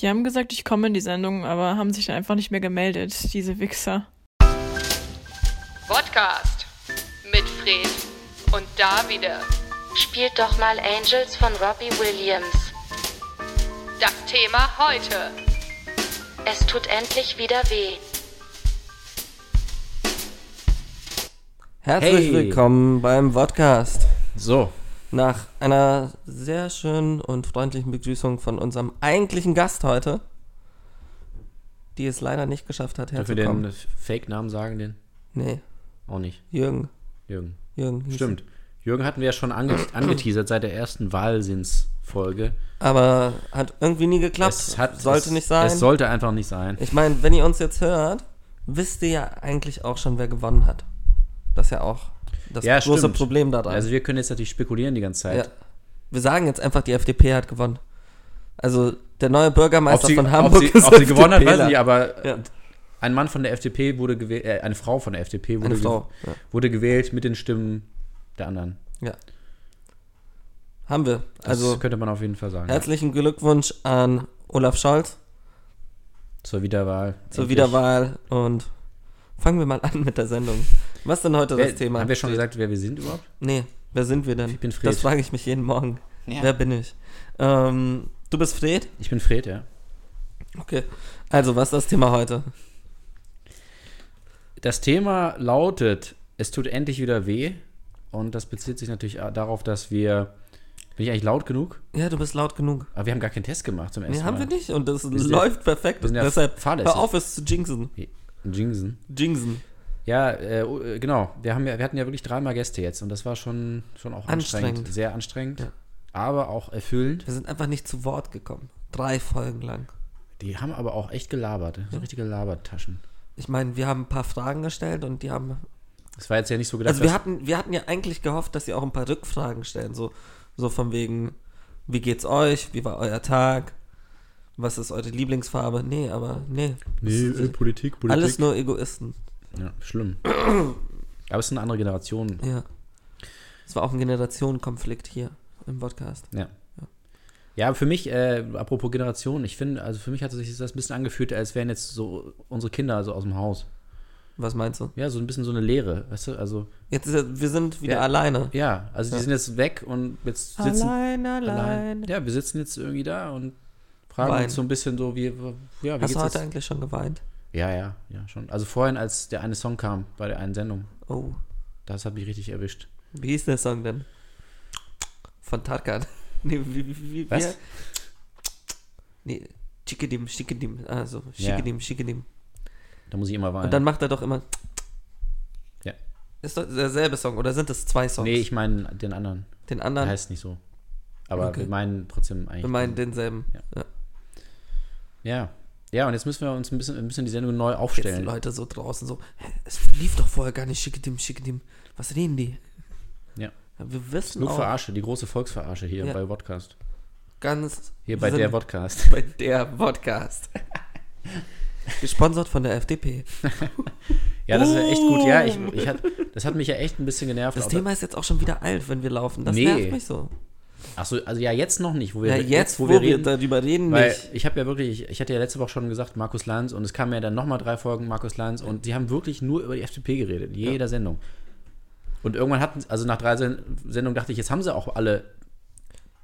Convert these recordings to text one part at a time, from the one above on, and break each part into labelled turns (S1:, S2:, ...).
S1: Die haben gesagt, ich komme in die Sendung, aber haben sich dann einfach nicht mehr gemeldet, diese Wichser.
S2: Podcast mit Fred und Davide.
S3: Spielt doch mal Angels von Robbie Williams.
S2: Das Thema heute.
S3: Es tut endlich wieder weh.
S4: Herzlich
S5: Hey.
S4: willkommen beim Podcast.
S5: So,
S4: Nach einer sehr schönen und freundlichen Begrüßung von unserem eigentlichen Gast heute, die es leider nicht geschafft hat,
S5: dürfen wir den
S4: herzukommen.
S5: Fake-Namen sagen? Den
S4: Nee,
S5: auch nicht.
S4: Jürgen.
S5: Jürgen.
S4: Jürgen hieß-
S5: Stimmt. Jürgen hatten wir ja schon ange angeteasert seit der ersten Wahlsinnsfolge.
S4: Aber hat irgendwie nie geklappt.
S5: Es hat-
S4: sollte
S5: es,
S4: nicht sein.
S5: Es sollte einfach nicht sein.
S4: ich meine, wenn ihr uns jetzt hört, wisst ihr ja eigentlich auch schon, wer gewonnen hat. Das ist ja auch das
S5: Ja,
S4: große
S5: stimmt.
S4: Problem daran.
S5: Also wir können jetzt natürlich spekulieren die ganze
S4: ja.
S5: Zeit.
S4: Wir sagen jetzt einfach, die FDP hat gewonnen. Also der neue Bürgermeister von Hamburg
S5: ob sie, ob sie gewonnen hat, weiß ich
S4: FDPler.
S5: nicht, aber
S4: Ja.
S5: ein Mann von der FDP wurde gewählt, äh, eine Frau von der FDP wurde,
S4: Eine Frau,
S5: gew
S4: ja.
S5: wurde gewählt mit den Stimmen der anderen.
S4: Ja. Haben wir.
S5: Das
S4: Also
S5: könnte man auf jeden Fall sagen.
S4: herzlichen Glückwunsch an Olaf Scholz
S5: Zur Wiederwahl.
S4: zur
S5: Endlich.
S4: Wiederwahl und fangen wir mal an mit der Sendung. Was ist denn heute
S5: Wer,
S4: das Thema?
S5: Haben wir schon gesagt, wer wir sind überhaupt?
S4: Nee, wer sind wir denn?
S5: Ich bin Fred.
S4: Das frage ich mich jeden Morgen. Wer bin ich? Ähm, du bist Fred?
S5: Ich bin Fred, ja.
S4: Okay. Also, was ist das Thema heute?
S5: Das Thema lautet, es tut endlich wieder weh. Und das bezieht sich natürlich darauf, dass wir. Bin ich eigentlich laut genug?
S4: Ja, du bist laut genug.
S5: Aber wir haben gar keinen Test gemacht zum ersten
S4: Nee,
S5: Mal.
S4: haben wir nicht und das
S5: sind ja-
S4: läuft perfekt.
S5: wir sind ja
S4: Deshalb
S5: fahrlässig.
S4: hör auf, es zu jinxen.
S5: nicht. Jingsen.
S4: Jinxen.
S5: Ja, äh, oh, äh, genau. Wir, haben ja, wir hatten ja wirklich dreimal Gäste jetzt und das war schon, schon auch anstrengend.
S4: Anstrengend.
S5: Sehr anstrengend,
S4: Ja.
S5: aber auch erfüllend.
S4: Wir sind einfach nicht zu Wort gekommen. Drei Folgen lang.
S5: Die haben aber auch echt gelabert. ne? So richtige Labertaschen.
S4: Ich meine, wir haben ein paar Fragen gestellt und die haben
S5: Das war jetzt ja nicht so gedacht.
S4: Also wir
S5: dass-
S4: hatten, wir hatten ja eigentlich gehofft, dass sie auch ein paar Rückfragen stellen, so, so von wegen, wie geht's euch, wie war euer Tag, was ist eure Lieblingsfarbe? Nee, aber nee.
S5: Nee,
S4: Das
S5: äh,
S4: ist
S5: Politik, Politik.
S4: alles nur Egoisten.
S5: ja, schlimm. aber es ist eine andere Generation.
S4: Ja. Es war auch ein Generationenkonflikt hier im Podcast.
S5: Ja. Ja, für mich, äh, apropos Generation, ich finde, also für mich hat sich das ein bisschen angefühlt, als wären jetzt so unsere Kinder also aus dem Haus.
S4: Was meinst du?
S5: Ja, so ein bisschen so eine Leere, weißt du? Also,
S4: Jetzt ist ja, wir sind wieder
S5: Ja.
S4: alleine.
S5: ja, also die
S4: Ja.
S5: sind jetzt weg und jetzt sitzen
S4: Allein, allein.
S5: allein. Ja, wir sitzen jetzt irgendwie da und fragen
S4: Weinen.
S5: uns so ein bisschen so, wie, ja, wie
S4: Hast du
S5: geht's
S4: heute
S5: jetzt?
S4: eigentlich schon geweint?
S5: Ja, ja, ja, schon. Also vorhin, als der eine Song kam bei der einen Sendung,
S4: Oh.
S5: das hat mich richtig erwischt.
S4: Wie hieß der Song denn? Von Tarkan. Nee, wie, wie, wie,
S5: Was?
S4: Wie? Nee, Schickedim, Schickedim. Also,
S5: Ja.
S4: Schickedim, Schickedim.
S5: Da muss ich immer weinen.
S4: Und dann macht er doch immer.
S5: Ja.
S4: Ist doch derselbe Song, oder sind das zwei Songs?
S5: nee, ich meine den anderen.
S4: den
S5: Der
S4: anderen.
S5: heißt nicht so. Aber
S4: Okay.
S5: wir meinen trotzdem eigentlich.
S4: wir meinen denselben.
S5: Ja.
S4: Ja.
S5: Ja. Ja, und jetzt müssen wir uns ein bisschen, ein bisschen die Sendung neu
S4: Jetzt die
S5: aufstellen.
S4: Leute so draußen so, hä, es lief doch vorher gar nicht Schickedim, Schickedim. Was reden die?
S5: Ja.
S4: Wir wissen
S5: Nur
S4: auch
S5: Verarsche, die große Volksverarsche hier
S4: Ja.
S5: bei Podcast.
S4: ganz.
S5: Hier bei
S4: wir
S5: der
S4: sind
S5: Podcast.
S4: bei der Podcast. Gesponsert von der FDP.
S5: Ja, das ist ja echt gut. Ja, ich, ich hat, das hat mich ja echt ein bisschen genervt.
S4: Das
S5: Auch
S4: Thema ist jetzt auch schon wieder alt, wenn wir laufen. Das
S5: Nee.
S4: nervt mich so.
S5: da- Ach so, also ja, jetzt noch nicht, wo
S4: Ja,
S5: wir
S4: jetzt, wo, wir,
S5: reden.
S4: darüber reden,
S5: weil
S4: nicht.
S5: ich habe ja wirklich, ich hatte ja letzte Woche schon gesagt, Markus Lanz und es kamen ja dann nochmal drei Folgen Markus Lanz und die haben wirklich nur über die FDP geredet, in jeder Sendung. Und irgendwann hatten, also nach drei Sen- Sendungen dachte ich, jetzt haben sie auch alle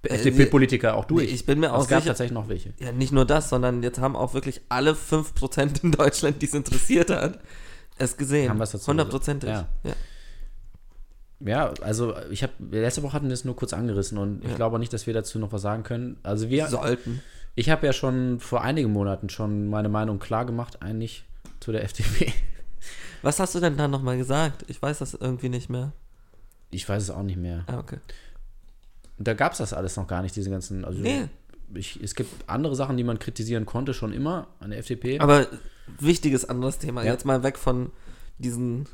S5: FDP-Politiker auch durch.
S4: Äh, nee, ich bin mir
S5: Aber
S4: auch
S5: Es gab
S4: sicher-
S5: tatsächlich noch welche.
S4: Ja, nicht nur das, sondern jetzt haben auch wirklich alle 5% in Deutschland, die es interessiert hat, es gesehen.
S5: Haben was dazu gesagt.
S4: Hundertprozentig.
S5: Ja.
S4: Ja.
S5: Ja, also ich habe letzte Woche hatten wir es nur kurz angerissen und ich glaube nicht, dass wir dazu noch was sagen können. Also wir,
S4: Sollten.
S5: ich habe ja schon vor einigen Monaten schon meine Meinung klar gemacht eigentlich zu der FDP.
S4: Was hast du denn da nochmal gesagt? Ich weiß das irgendwie nicht mehr.
S5: Ich weiß es auch nicht mehr.
S4: Ah, okay.
S5: Da gab es das alles noch gar nicht, diese ganzen. Also
S4: Nee.
S5: ich, es gibt andere Sachen, die man kritisieren konnte schon immer an der FDP.
S4: Aber wichtiges anderes Thema.
S5: Ja.
S4: Jetzt mal weg von diesen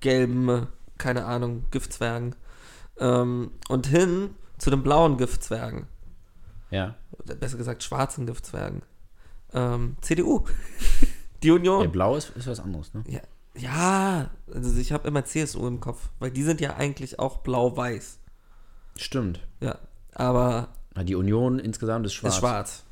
S4: gelben, äh, keine Ahnung, Giftzwergen. Ähm, und hin zu den blauen Giftzwergen.
S5: ja.
S4: Oder Besser gesagt, schwarzen Giftzwergen. Ähm, CDU. Die
S5: ja,
S4: Union.
S5: blau ist, ist was anderes, ne?
S4: Ja, ja also ich habe immer CSU im Kopf, weil die sind ja eigentlich auch blau-weiß.
S5: Stimmt.
S4: Ja, aber
S5: Na, Die Union insgesamt ist schwarz.
S4: ist schwarz.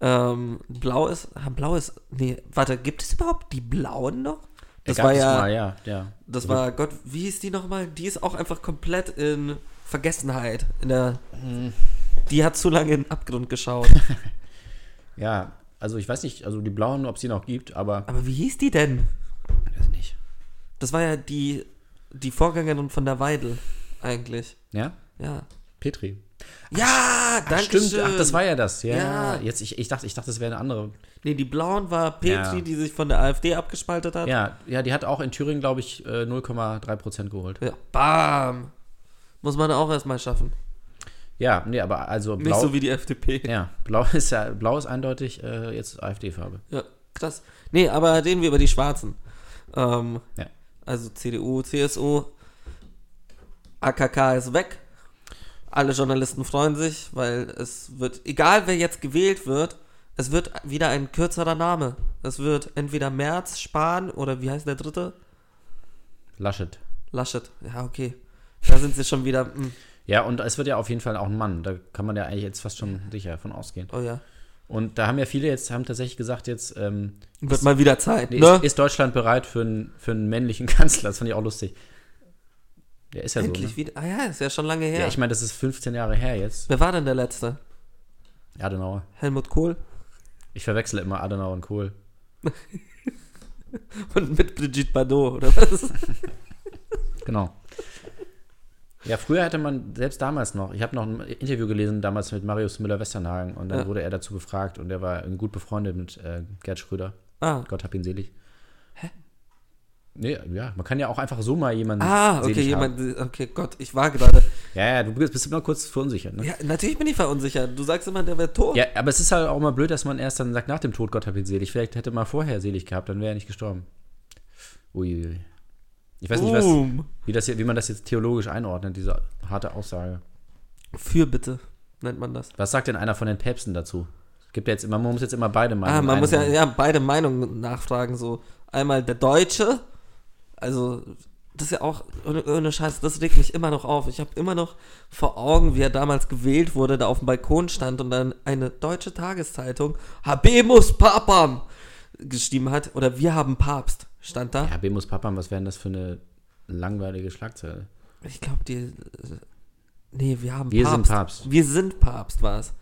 S4: Ja. Ähm, blau ist, ah, blau ist, nee, warte, gibt es überhaupt die blauen noch? Das
S5: Gab
S4: war
S5: es
S4: ja, Also-
S5: mal, ja, ja. Also,
S4: das war, Gott, wie hieß die nochmal? Die ist auch einfach komplett in Vergessenheit. In der, die hat zu lange in den Abgrund geschaut.
S5: Ja, also ich weiß nicht, also die blauen, ob es die noch gibt, aber
S4: Aber wie hieß die denn?
S5: weiß nicht.
S4: Das war ja die, die Vorgängerin von der Weidel, eigentlich.
S5: Ja?
S4: Ja.
S5: Petri.
S4: Ja,
S5: Ach,
S4: danke
S5: Stimmt,
S4: schön.
S5: ach, das war ja das. Ja,
S4: ähm, Ja.
S5: jetzt ich, ich dachte, ich dachte, das wäre eine andere.
S4: Nee, die Blauen war Petri,
S5: Ja.
S4: die sich von der AfD abgespaltet hat.
S5: Ja, ja, die hat auch in Thüringen, glaube ich, äh, 0,3 Prozent geholt.
S4: Ja, Bam. Muss man auch erstmal schaffen.
S5: Ja, nee, aber also blau.
S4: Nicht so wie die FDP.
S5: ja, blau ist ja blau ist eindeutig äh, jetzt AfD-Farbe.
S4: Ja, krass. Nee, aber reden wir über die Schwarzen. Ähm,
S5: Ja.
S4: Also CDU, CSU, AKK ist weg. Alle Journalisten freuen sich, weil es wird, egal wer jetzt gewählt wird, es wird wieder ein kürzerer Name. Es wird entweder Merz, Spahn oder wie heißt der dritte?
S5: Laschet.
S4: Laschet. Ja, okay. Da sind sie schon wieder. mm,
S5: Ja, und es wird ja auf jeden Fall auch ein Mann. Da kann man ja eigentlich jetzt fast schon sicher von ausgehen.
S4: Oh ja.
S5: Und da haben ja viele jetzt, haben tatsächlich gesagt, jetzt ähm,
S4: Wird mal wieder Zeit,
S5: nee,
S4: ne?
S5: ist, ist Deutschland bereit für einen, für einen männlichen Kanzler. Das fand ich auch lustig. Der ist ja
S4: Endlich
S5: so. Ne?
S4: wieder. Ah ja, ist ja schon lange her.
S5: Ja, ich meine, das ist 15 Jahre her jetzt.
S4: wer war denn der letzte?
S5: Adenauer.
S4: Helmut Kohl?
S5: Ich verwechsle immer Adenauer und Kohl.
S4: Und mit Brigitte Bardot, oder was?
S5: Genau. Ja, früher hatte man, selbst damals noch, ich habe noch ein Interview gelesen, damals mit Marius Müller-Westernhagen und dann
S4: Ja.
S5: wurde er dazu befragt und er war gut befreundet mit äh, Gerd Schröder.
S4: ah,
S5: Gott hab ihn selig. Hä? Nee, ja, man kann ja auch einfach so mal jemanden
S4: Ah, okay,
S5: selig
S4: jemand.
S5: haben.
S4: Okay, Gott, ich war gerade.
S5: Ja, ja, du bist, bist immer kurz verunsichert, ne?
S4: Ja, natürlich bin ich verunsichert. Du sagst immer, der wäre tot.
S5: Ja, aber es ist halt auch immer blöd, dass man erst dann sagt, nach dem Tod Gott hab ihn selig. Vielleicht hätte man vorher selig gehabt, dann wäre er nicht gestorben. Uiuiui. Ich weiß nicht, was,
S4: Boom.
S5: wie, das, hier- wie man das jetzt theologisch einordnet, diese harte Aussage.
S4: Fürbitte nennt man das.
S5: Was sagt denn einer von den Päpsten dazu? Es Gibt ja jetzt immer, man muss jetzt immer beide Meinungen.
S4: ah, man muss ja,
S5: einholen.
S4: ja beide Meinungen nachfragen. So einmal der Deutsche, also das ist ja auch ohne, ohne Scheiß, das regt mich immer noch auf. Ich habe immer noch vor Augen, wie er damals gewählt wurde, da auf dem Balkon stand und dann eine deutsche Tageszeitung Habemus Papam geschrieben hat oder wir haben Papst stand da.
S5: Ja, Bemus Papam, was wäre denn das für eine langweilige Schlagzeile?
S4: Ich glaube, die. äh, Nee, wir haben
S5: Wir sind Papst.
S4: Wir sind Papst, war es.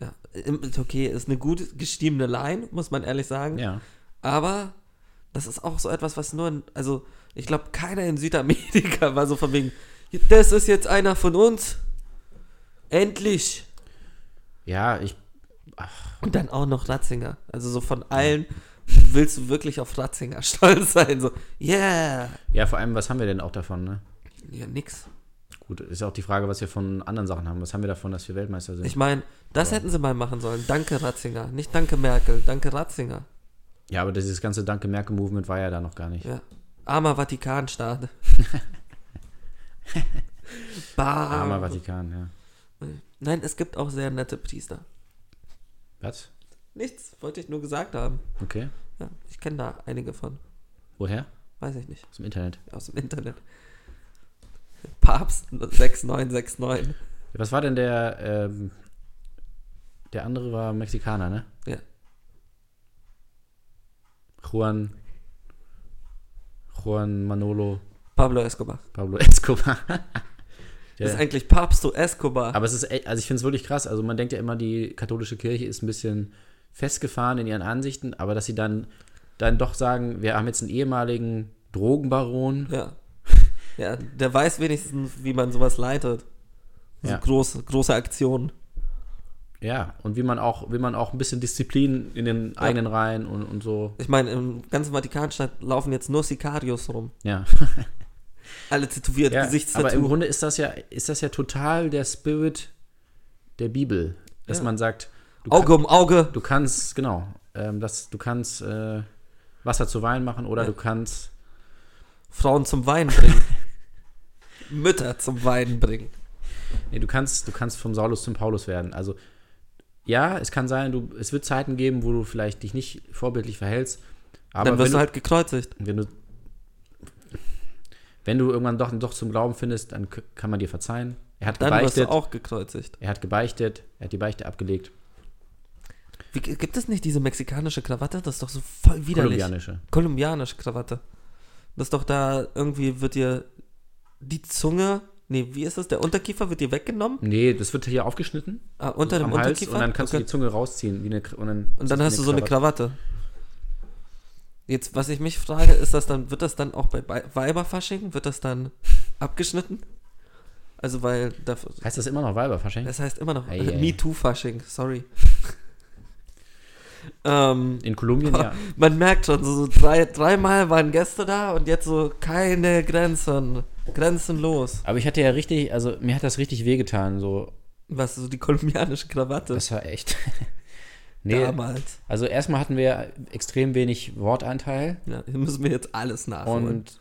S4: Ja, im- ist okay, ist eine gut geschriebene Line, muss man ehrlich sagen.
S5: Ja.
S4: Aber das ist auch so etwas, was nur. In, also, ich glaube, keiner in Südamerika war so von wegen, das ist jetzt einer von uns. Endlich.
S5: Ja, ich.
S4: Und dann auch noch Ratzinger. Also, so von allen willst du wirklich auf Ratzinger stolz sein. So, yeah.
S5: Ja, vor allem, was haben wir denn auch davon, ne?
S4: Ja, nix.
S5: Gut, ist ja auch die Frage, was wir von anderen Sachen haben. Was haben wir davon, dass wir Weltmeister sind?
S4: Ich meine, das hätten sie mal machen sollen. Danke, Ratzinger. Nicht danke, Merkel. Danke, Ratzinger.
S5: ja, aber dieses ganze Danke-Merkel-Movement war ja da noch gar nicht.
S4: Ja. Armer Vatikanstaat. Bam.
S5: Armer Vatikan, ja.
S4: Nein, es gibt auch sehr nette Priester.
S5: Was?
S4: Nichts, wollte ich nur gesagt haben.
S5: Okay.
S4: Ja, ich kenne da einige von.
S5: Woher?
S4: Weiß ich nicht.
S5: Aus dem Internet.
S4: Aus dem Internet. Papst 6969.
S5: Was war denn der. Ähm, der andere war Mexikaner, ne?
S4: Ja.
S5: Juan. Juan Manolo
S4: Pablo Escobar.
S5: Pablo Escobar. Ja.
S4: Ist eigentlich Papst Escobar.
S5: Aber es ist, echt- also ich finde es wirklich krass. Also man denkt ja immer, die katholische Kirche ist ein bisschen festgefahren in ihren Ansichten, aber dass sie dann, dann doch sagen, wir haben jetzt einen ehemaligen Drogenbaron.
S4: Ja. Ja, der weiß wenigstens, wie man sowas leitet.
S5: Ja.
S4: So große, große Aktionen.
S5: Ja, und wie man auch, wie man auch ein bisschen Disziplin in den eigenen Reihen und, und so.
S4: Ich meine, im ganzen Vatikanstaat laufen jetzt nur Sicarios rum.
S5: Ja.
S4: Alle tätowiert,
S5: ja aber im
S4: Gesichtstattoo.
S5: Grunde ist das ja, ist das ja total der Spirit der Bibel. Dass
S4: Ja.
S5: man sagt, du, kann-
S4: Auge um Auge.
S5: du kannst, genau, ähm, das, du kannst äh, Wasser zu Wein machen oder du kannst
S4: Frauen zum Weinen bringen. Mütter zum Weinen bringen.
S5: Nee, du kannst, du kannst vom Saulus zum Paulus werden. Also, ja, es kann sein, du, es wird Zeiten geben, wo du vielleicht dich nicht vorbildlich verhältst. Aber
S4: Dann wirst
S5: wenn,
S4: du halt gekreuzigt.
S5: wenn du wenn du irgendwann doch, doch zum Glauben findest, dann k- kann man dir verzeihen. Er hat
S4: Dann wirst
S5: gebeichtet,
S4: du auch gekreuzigt.
S5: er hat gebeichtet, er hat die Beichte abgelegt.
S4: Wie, gibt es nicht diese mexikanische Krawatte? Das ist doch so voll widerlich.
S5: Kolumbianische.
S4: Kolumbianische Krawatte. Das ist doch da, irgendwie wird dir die Zunge, nee, wie ist das, der Unterkiefer wird dir weggenommen?
S5: Nee, das wird hier aufgeschnitten.
S4: Ah, unter dem
S5: am Hals
S4: Unterkiefer?
S5: und dann kannst
S4: Okay.
S5: du die Zunge rausziehen. Wie eine, Kr- und dann,
S4: Und dann hast du so eine Krawatte. Jetzt, was ich mich frage, ist das dann, wird das dann auch bei Bei- Weiberfasching, wird das dann abgeschnitten? Also, weil, da,
S5: Heißt das immer noch Weiberfasching?
S4: das heißt immer noch
S5: Ei, ei.
S4: MeToo-Fasching, sorry. ähm,
S5: In Kolumbien, ja.
S4: Man merkt schon, so so drei, dreimal waren Gäste da und jetzt so keine Grenzen, grenzenlos.
S5: Aber ich hatte ja richtig, also mir hat das richtig wehgetan, so.
S4: Was, so die kolumbianische Krawatte
S5: Das war echt. nee,
S4: damals.
S5: also erstmal hatten wir extrem wenig Wortanteil
S4: Ja, hier müssen wir jetzt alles nachholen.
S5: und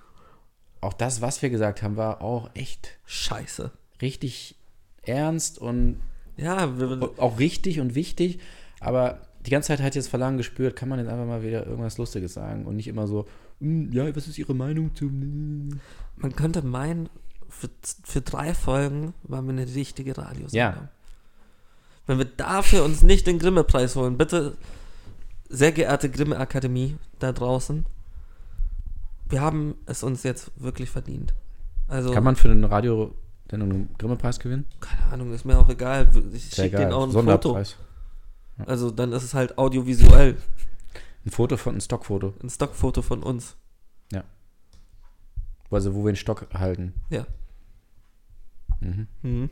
S5: auch das, was wir gesagt haben, war auch echt
S4: Scheiße.
S5: richtig ernst und
S4: Ja, wir,
S5: auch richtig und wichtig, aber die ganze Zeit hat jetzt Verlangen gespürt, kann man jetzt einfach mal wieder irgendwas Lustiges sagen und nicht immer so, "Hm, ja, was ist Ihre Meinung zum.
S4: man könnte meinen, für, für drei Folgen waren wir eine richtige Radiosendung.
S5: Ja.
S4: Wenn wir dafür uns nicht den Grimme-Preis holen, bitte, sehr geehrte Grimme-Akademie da draußen, wir haben es uns jetzt wirklich verdient. Also,
S5: Kann man für einen Radio denn einen Grimme-Preis gewinnen?
S4: keine Ahnung, ist mir auch egal. Ich
S5: Sehr
S4: schicke denen auch ein Foto.
S5: Sonderpreis.
S4: Also dann ist es halt audiovisuell,
S5: Ein Foto von, ein Stockfoto,
S4: ein Stockfoto von uns.
S5: also wo wir den Stock halten.
S4: Ja.
S5: Mhm.
S4: Mhm.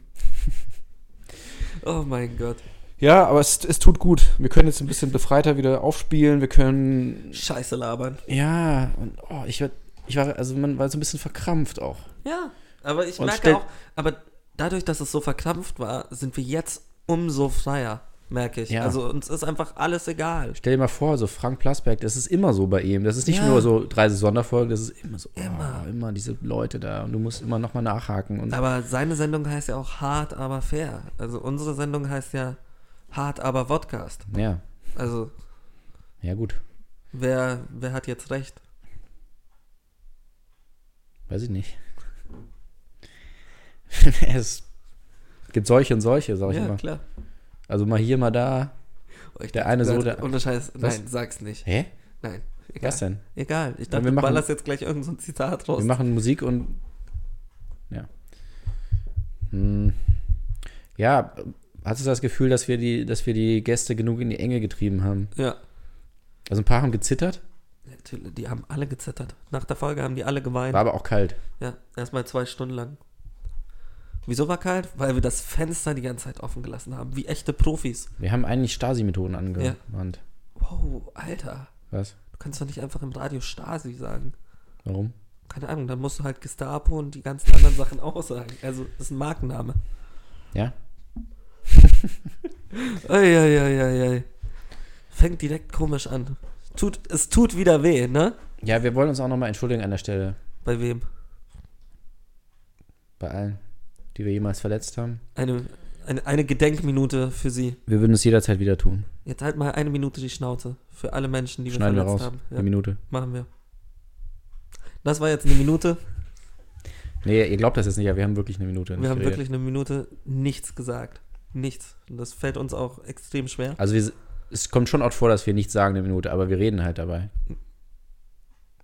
S4: oh mein Gott.
S6: Ja, aber es, es tut gut. Wir können jetzt ein bisschen befreiter wieder aufspielen. Wir können.
S4: Scheiße labern.
S5: Ja, und oh, ich, werd- ich war, also man war so ein bisschen verkrampft auch.
S4: Ja, aber ich
S5: Und
S4: merke
S5: stell-
S4: auch, aber dadurch, dass es so verkrampft war, sind wir jetzt umso freier, merke ich.
S5: Ja.
S4: Also uns ist einfach alles egal.
S5: Stell dir mal vor, so Frank Plasberg, das ist immer so bei ihm. Das ist nicht
S4: Ja.
S5: nur so drei Sonderfolgen, das ist immer so.
S4: Immer.
S5: Oh, immer diese Leute da und du musst immer nochmal nachhaken. Und
S4: Aber seine Sendung heißt ja auch hart, aber fair. Also unsere Sendung heißt ja hart, aber Podcast.
S5: ja,
S4: Also
S5: ja gut,
S4: wer, wer hat jetzt recht?
S5: weiß ich nicht. es gibt solche und solche, sag ich
S4: ja,
S5: immer.
S4: klar.
S5: Also mal hier, mal da.
S4: Oh, ich
S5: Der
S4: dachte
S5: eine so,
S4: gerade,
S5: der-
S4: Ohne Scheiß.
S5: Was?
S4: Nein, sag's nicht.
S5: Hä?
S4: Nein. Egal.
S5: Was denn?
S4: Egal. Ich dachte,
S5: wir
S4: du
S5: machen-
S4: ballerst jetzt gleich irgendein so ein Zitat raus.
S5: Wir machen Musik und ja. Hm. Ja, hattest du das Gefühl, dass wir die, dass wir die Gäste genug in die Enge getrieben haben?
S4: ja.
S5: Also ein paar haben gezittert,
S4: Natürlich, Die haben alle gezittert. Nach der Folge haben die alle geweint.
S5: war aber auch kalt.
S4: Ja, erstmal zwei Stunden lang. Wieso war kalt? Weil wir das Fenster die ganze Zeit offen gelassen haben. Wie echte Profis.
S5: Wir haben eigentlich Stasi-Methoden angewandt.
S4: Wow, Alter.
S5: Was?
S4: Du kannst doch nicht einfach im Radio Stasi sagen.
S5: Warum?
S4: Keine Ahnung, dann musst du halt Gestapo und die ganzen anderen Sachen auch sagen. Also, das ist ein Markenname.
S5: Ja?
S4: Eieieiei. Fängt direkt komisch an. Tut, es tut wieder weh, ne?
S5: Ja, wir wollen uns auch nochmal entschuldigen an der Stelle
S4: Bei wem?
S5: bei allen, die wir jemals verletzt haben.
S4: Eine, eine, eine Gedenkminute für sie.
S5: Wir würden es jederzeit wieder tun.
S4: Jetzt halt mal eine Minute die Schnauze. Für alle Menschen, die wir
S5: Schneiden wir
S4: verletzt
S5: raus.
S4: haben. Ja,
S5: Eine Minute.
S4: machen wir. Das war jetzt eine Minute.
S5: Nee, ihr glaubt das jetzt nicht, aber wir haben wirklich eine Minute. nicht
S4: Wir haben
S5: geredet.
S4: wirklich eine Minute nichts gesagt. Nichts. Und das fällt uns auch extrem schwer.
S5: Also wir, es kommt schon oft vor, dass wir nichts sagen eine Minute, aber wir reden halt dabei.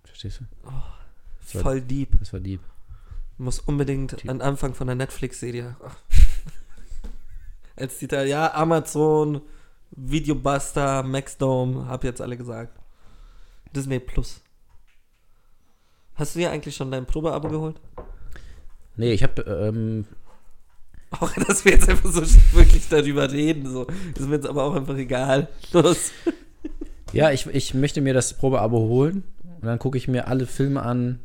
S5: Verstehst du? war-
S4: Voll deep.
S5: Das war deep.
S4: Muss unbedingt an Anfang von der Netflix-Serie. Ach. Als Titel, ja, Amazon, Videobuster, Maxdome, hab jetzt alle gesagt. Disney Plus. Hast du dir eigentlich schon dein Probeabo geholt?
S5: Nee, ich habe ähm,
S4: Auch dass wir jetzt einfach so sch- wirklich darüber reden. So. Ist mir jetzt aber auch einfach egal. Los.
S5: ja, ich, ich möchte mir das Probeabo holen und dann gucke ich mir alle Filme an,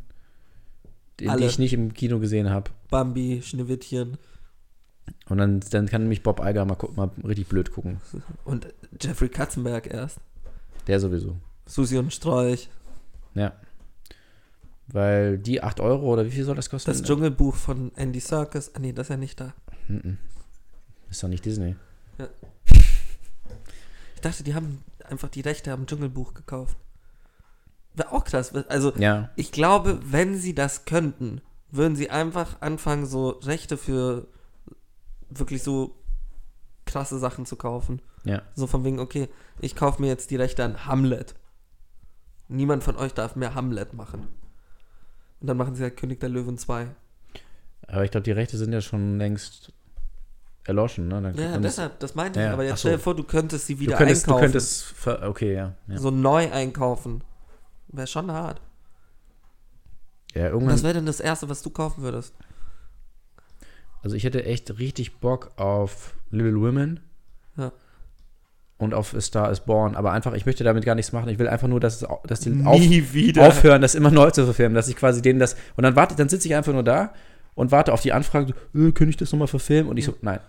S5: die,
S4: Alle.
S5: die ich nicht im Kino gesehen habe.
S4: Bambi, Schneewittchen
S5: Und dann, dann kann mich Bob Eiger mal, gu- mal richtig blöd gucken.
S4: und Jeffrey Katzenberg erst.
S5: Der sowieso.
S4: Susi und Strolch.
S5: Ja. Weil die 8 Euro oder wie viel soll das kosten?
S4: Das Dschungelbuch von Andy Serkis. Ah, nee, das ist ja nicht da.
S5: Ist doch nicht Disney.
S4: Ich dachte, die haben einfach die Rechte am Dschungelbuch gekauft. Wäre auch krass. Also,
S5: Ja.
S4: ich glaube, wenn sie das könnten, würden sie einfach anfangen, so Rechte für wirklich so krasse Sachen zu kaufen.
S5: Ja.
S4: So von wegen, okay, ich kaufe mir jetzt die Rechte an Hamlet. Niemand von euch darf mehr Hamlet machen. Und dann machen sie halt König der Löwen 2.
S5: Aber ich glaube, die Rechte sind ja schon längst erloschen, ne? Dann kriegt
S4: Ja,
S5: man das-
S4: deshalb, das meinte
S5: Ja,
S4: ich. Aber
S5: ach
S4: jetzt
S5: so.
S4: stell dir vor, du könntest sie wieder
S5: du könntest, du
S4: einkaufen.
S5: könntest, ver- okay, ja. Ja,
S4: So neu einkaufen. Wäre schon hart.
S5: ja irgendwann.
S4: Was wäre denn das Erste, was du kaufen würdest?
S5: Also ich hätte echt richtig Bock auf Little Women.
S4: Ja.
S5: Und auf A Star is Born. Aber einfach, ich möchte damit gar nichts machen. Ich will einfach nur, dass, es, au- dass die
S4: wieder.
S5: aufhören, das immer neu zu verfilmen. Dass ich quasi denen das. Und dann warte, dann sitze ich einfach nur da und warte auf die Anfrage, so, äh, kann ich das nochmal verfilmen? Und ich so, nein.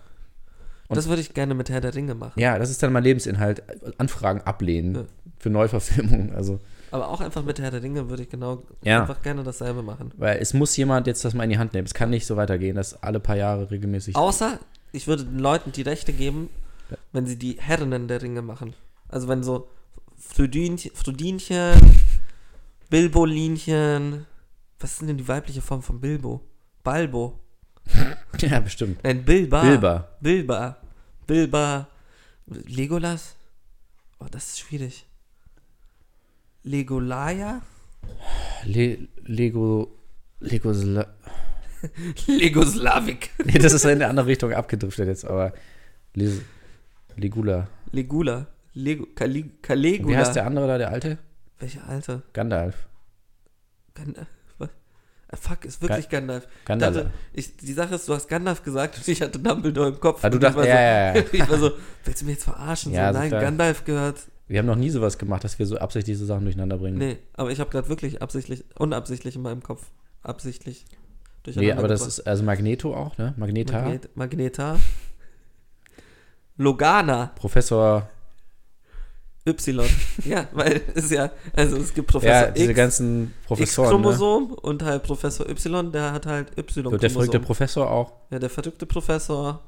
S5: Und-
S4: das würde ich gerne mit Herr der Ringe machen.
S5: Ja, das ist dann mein Lebensinhalt. Anfragen ablehnen
S4: Ja.
S5: für Neuverfilmungen. Also,
S4: Aber auch einfach mit Herr der Ringe würde ich genau
S5: Ja.
S4: einfach gerne dasselbe machen.
S5: weil es muss jemand jetzt das mal in die Hand nehmen. Es kann nicht so weitergehen, dass alle paar Jahre regelmäßig.
S4: Außer, ich würde den Leuten die Rechte geben, wenn sie die Herren der Ringe machen. Also wenn so Frudinchen, Frudinchen Bilbolinchen, was ist denn die weibliche Form von Bilbo? Balbo.
S5: Ja, bestimmt.
S4: Nein, Bilba.
S5: Bilba.
S4: Bilba. Bilba. Legolas? Oh, das ist schwierig. Legolaya?
S5: Le Lego. Lego.
S4: Legoslavik.
S5: Nee, das ist in eine andere Richtung abgedriftet jetzt, aber. Les Legula.
S4: Legula. Lego, Kali, Caligula.
S5: Wie heißt der andere da, der alte?
S4: Welcher Alte?
S5: Gandalf.
S4: Gandalf? Was? Ah, fuck, ist wirklich Gandalf.
S5: Gandalf.
S4: Ich dachte, ich, die Sache ist, du hast Gandalf gesagt und ich hatte Dumbledore im Kopf.
S5: Ah, du
S4: Und ich
S5: dachtest-
S4: war
S5: ja, ja, ja.
S4: so, Ich war so, willst du mich jetzt verarschen?
S5: Ja,
S4: so,
S5: so
S4: nein,
S5: klar.
S4: Gandalf gehört.
S5: Wir haben noch nie sowas gemacht, dass wir so absichtlich so Sachen durcheinander bringen. Nee,
S4: Nee, aber ich habe gerade wirklich absichtlich, unabsichtlich in meinem Kopf, absichtlich
S5: aber das
S4: gebracht.
S5: ist. Also Magneto auch, ne? Magneta.
S4: Magnet, Magneta. Logana,
S5: Professor.
S4: Y. ja, weil es ist ja, also es gibt Professor
S5: ja, diese
S4: X,
S5: ganzen Professoren. Ne?
S4: X-Chromosom und halt Professor Y, der hat halt Y-Chromosom.
S5: So, der verrückte Professor auch.
S4: ja, der verrückte Professor.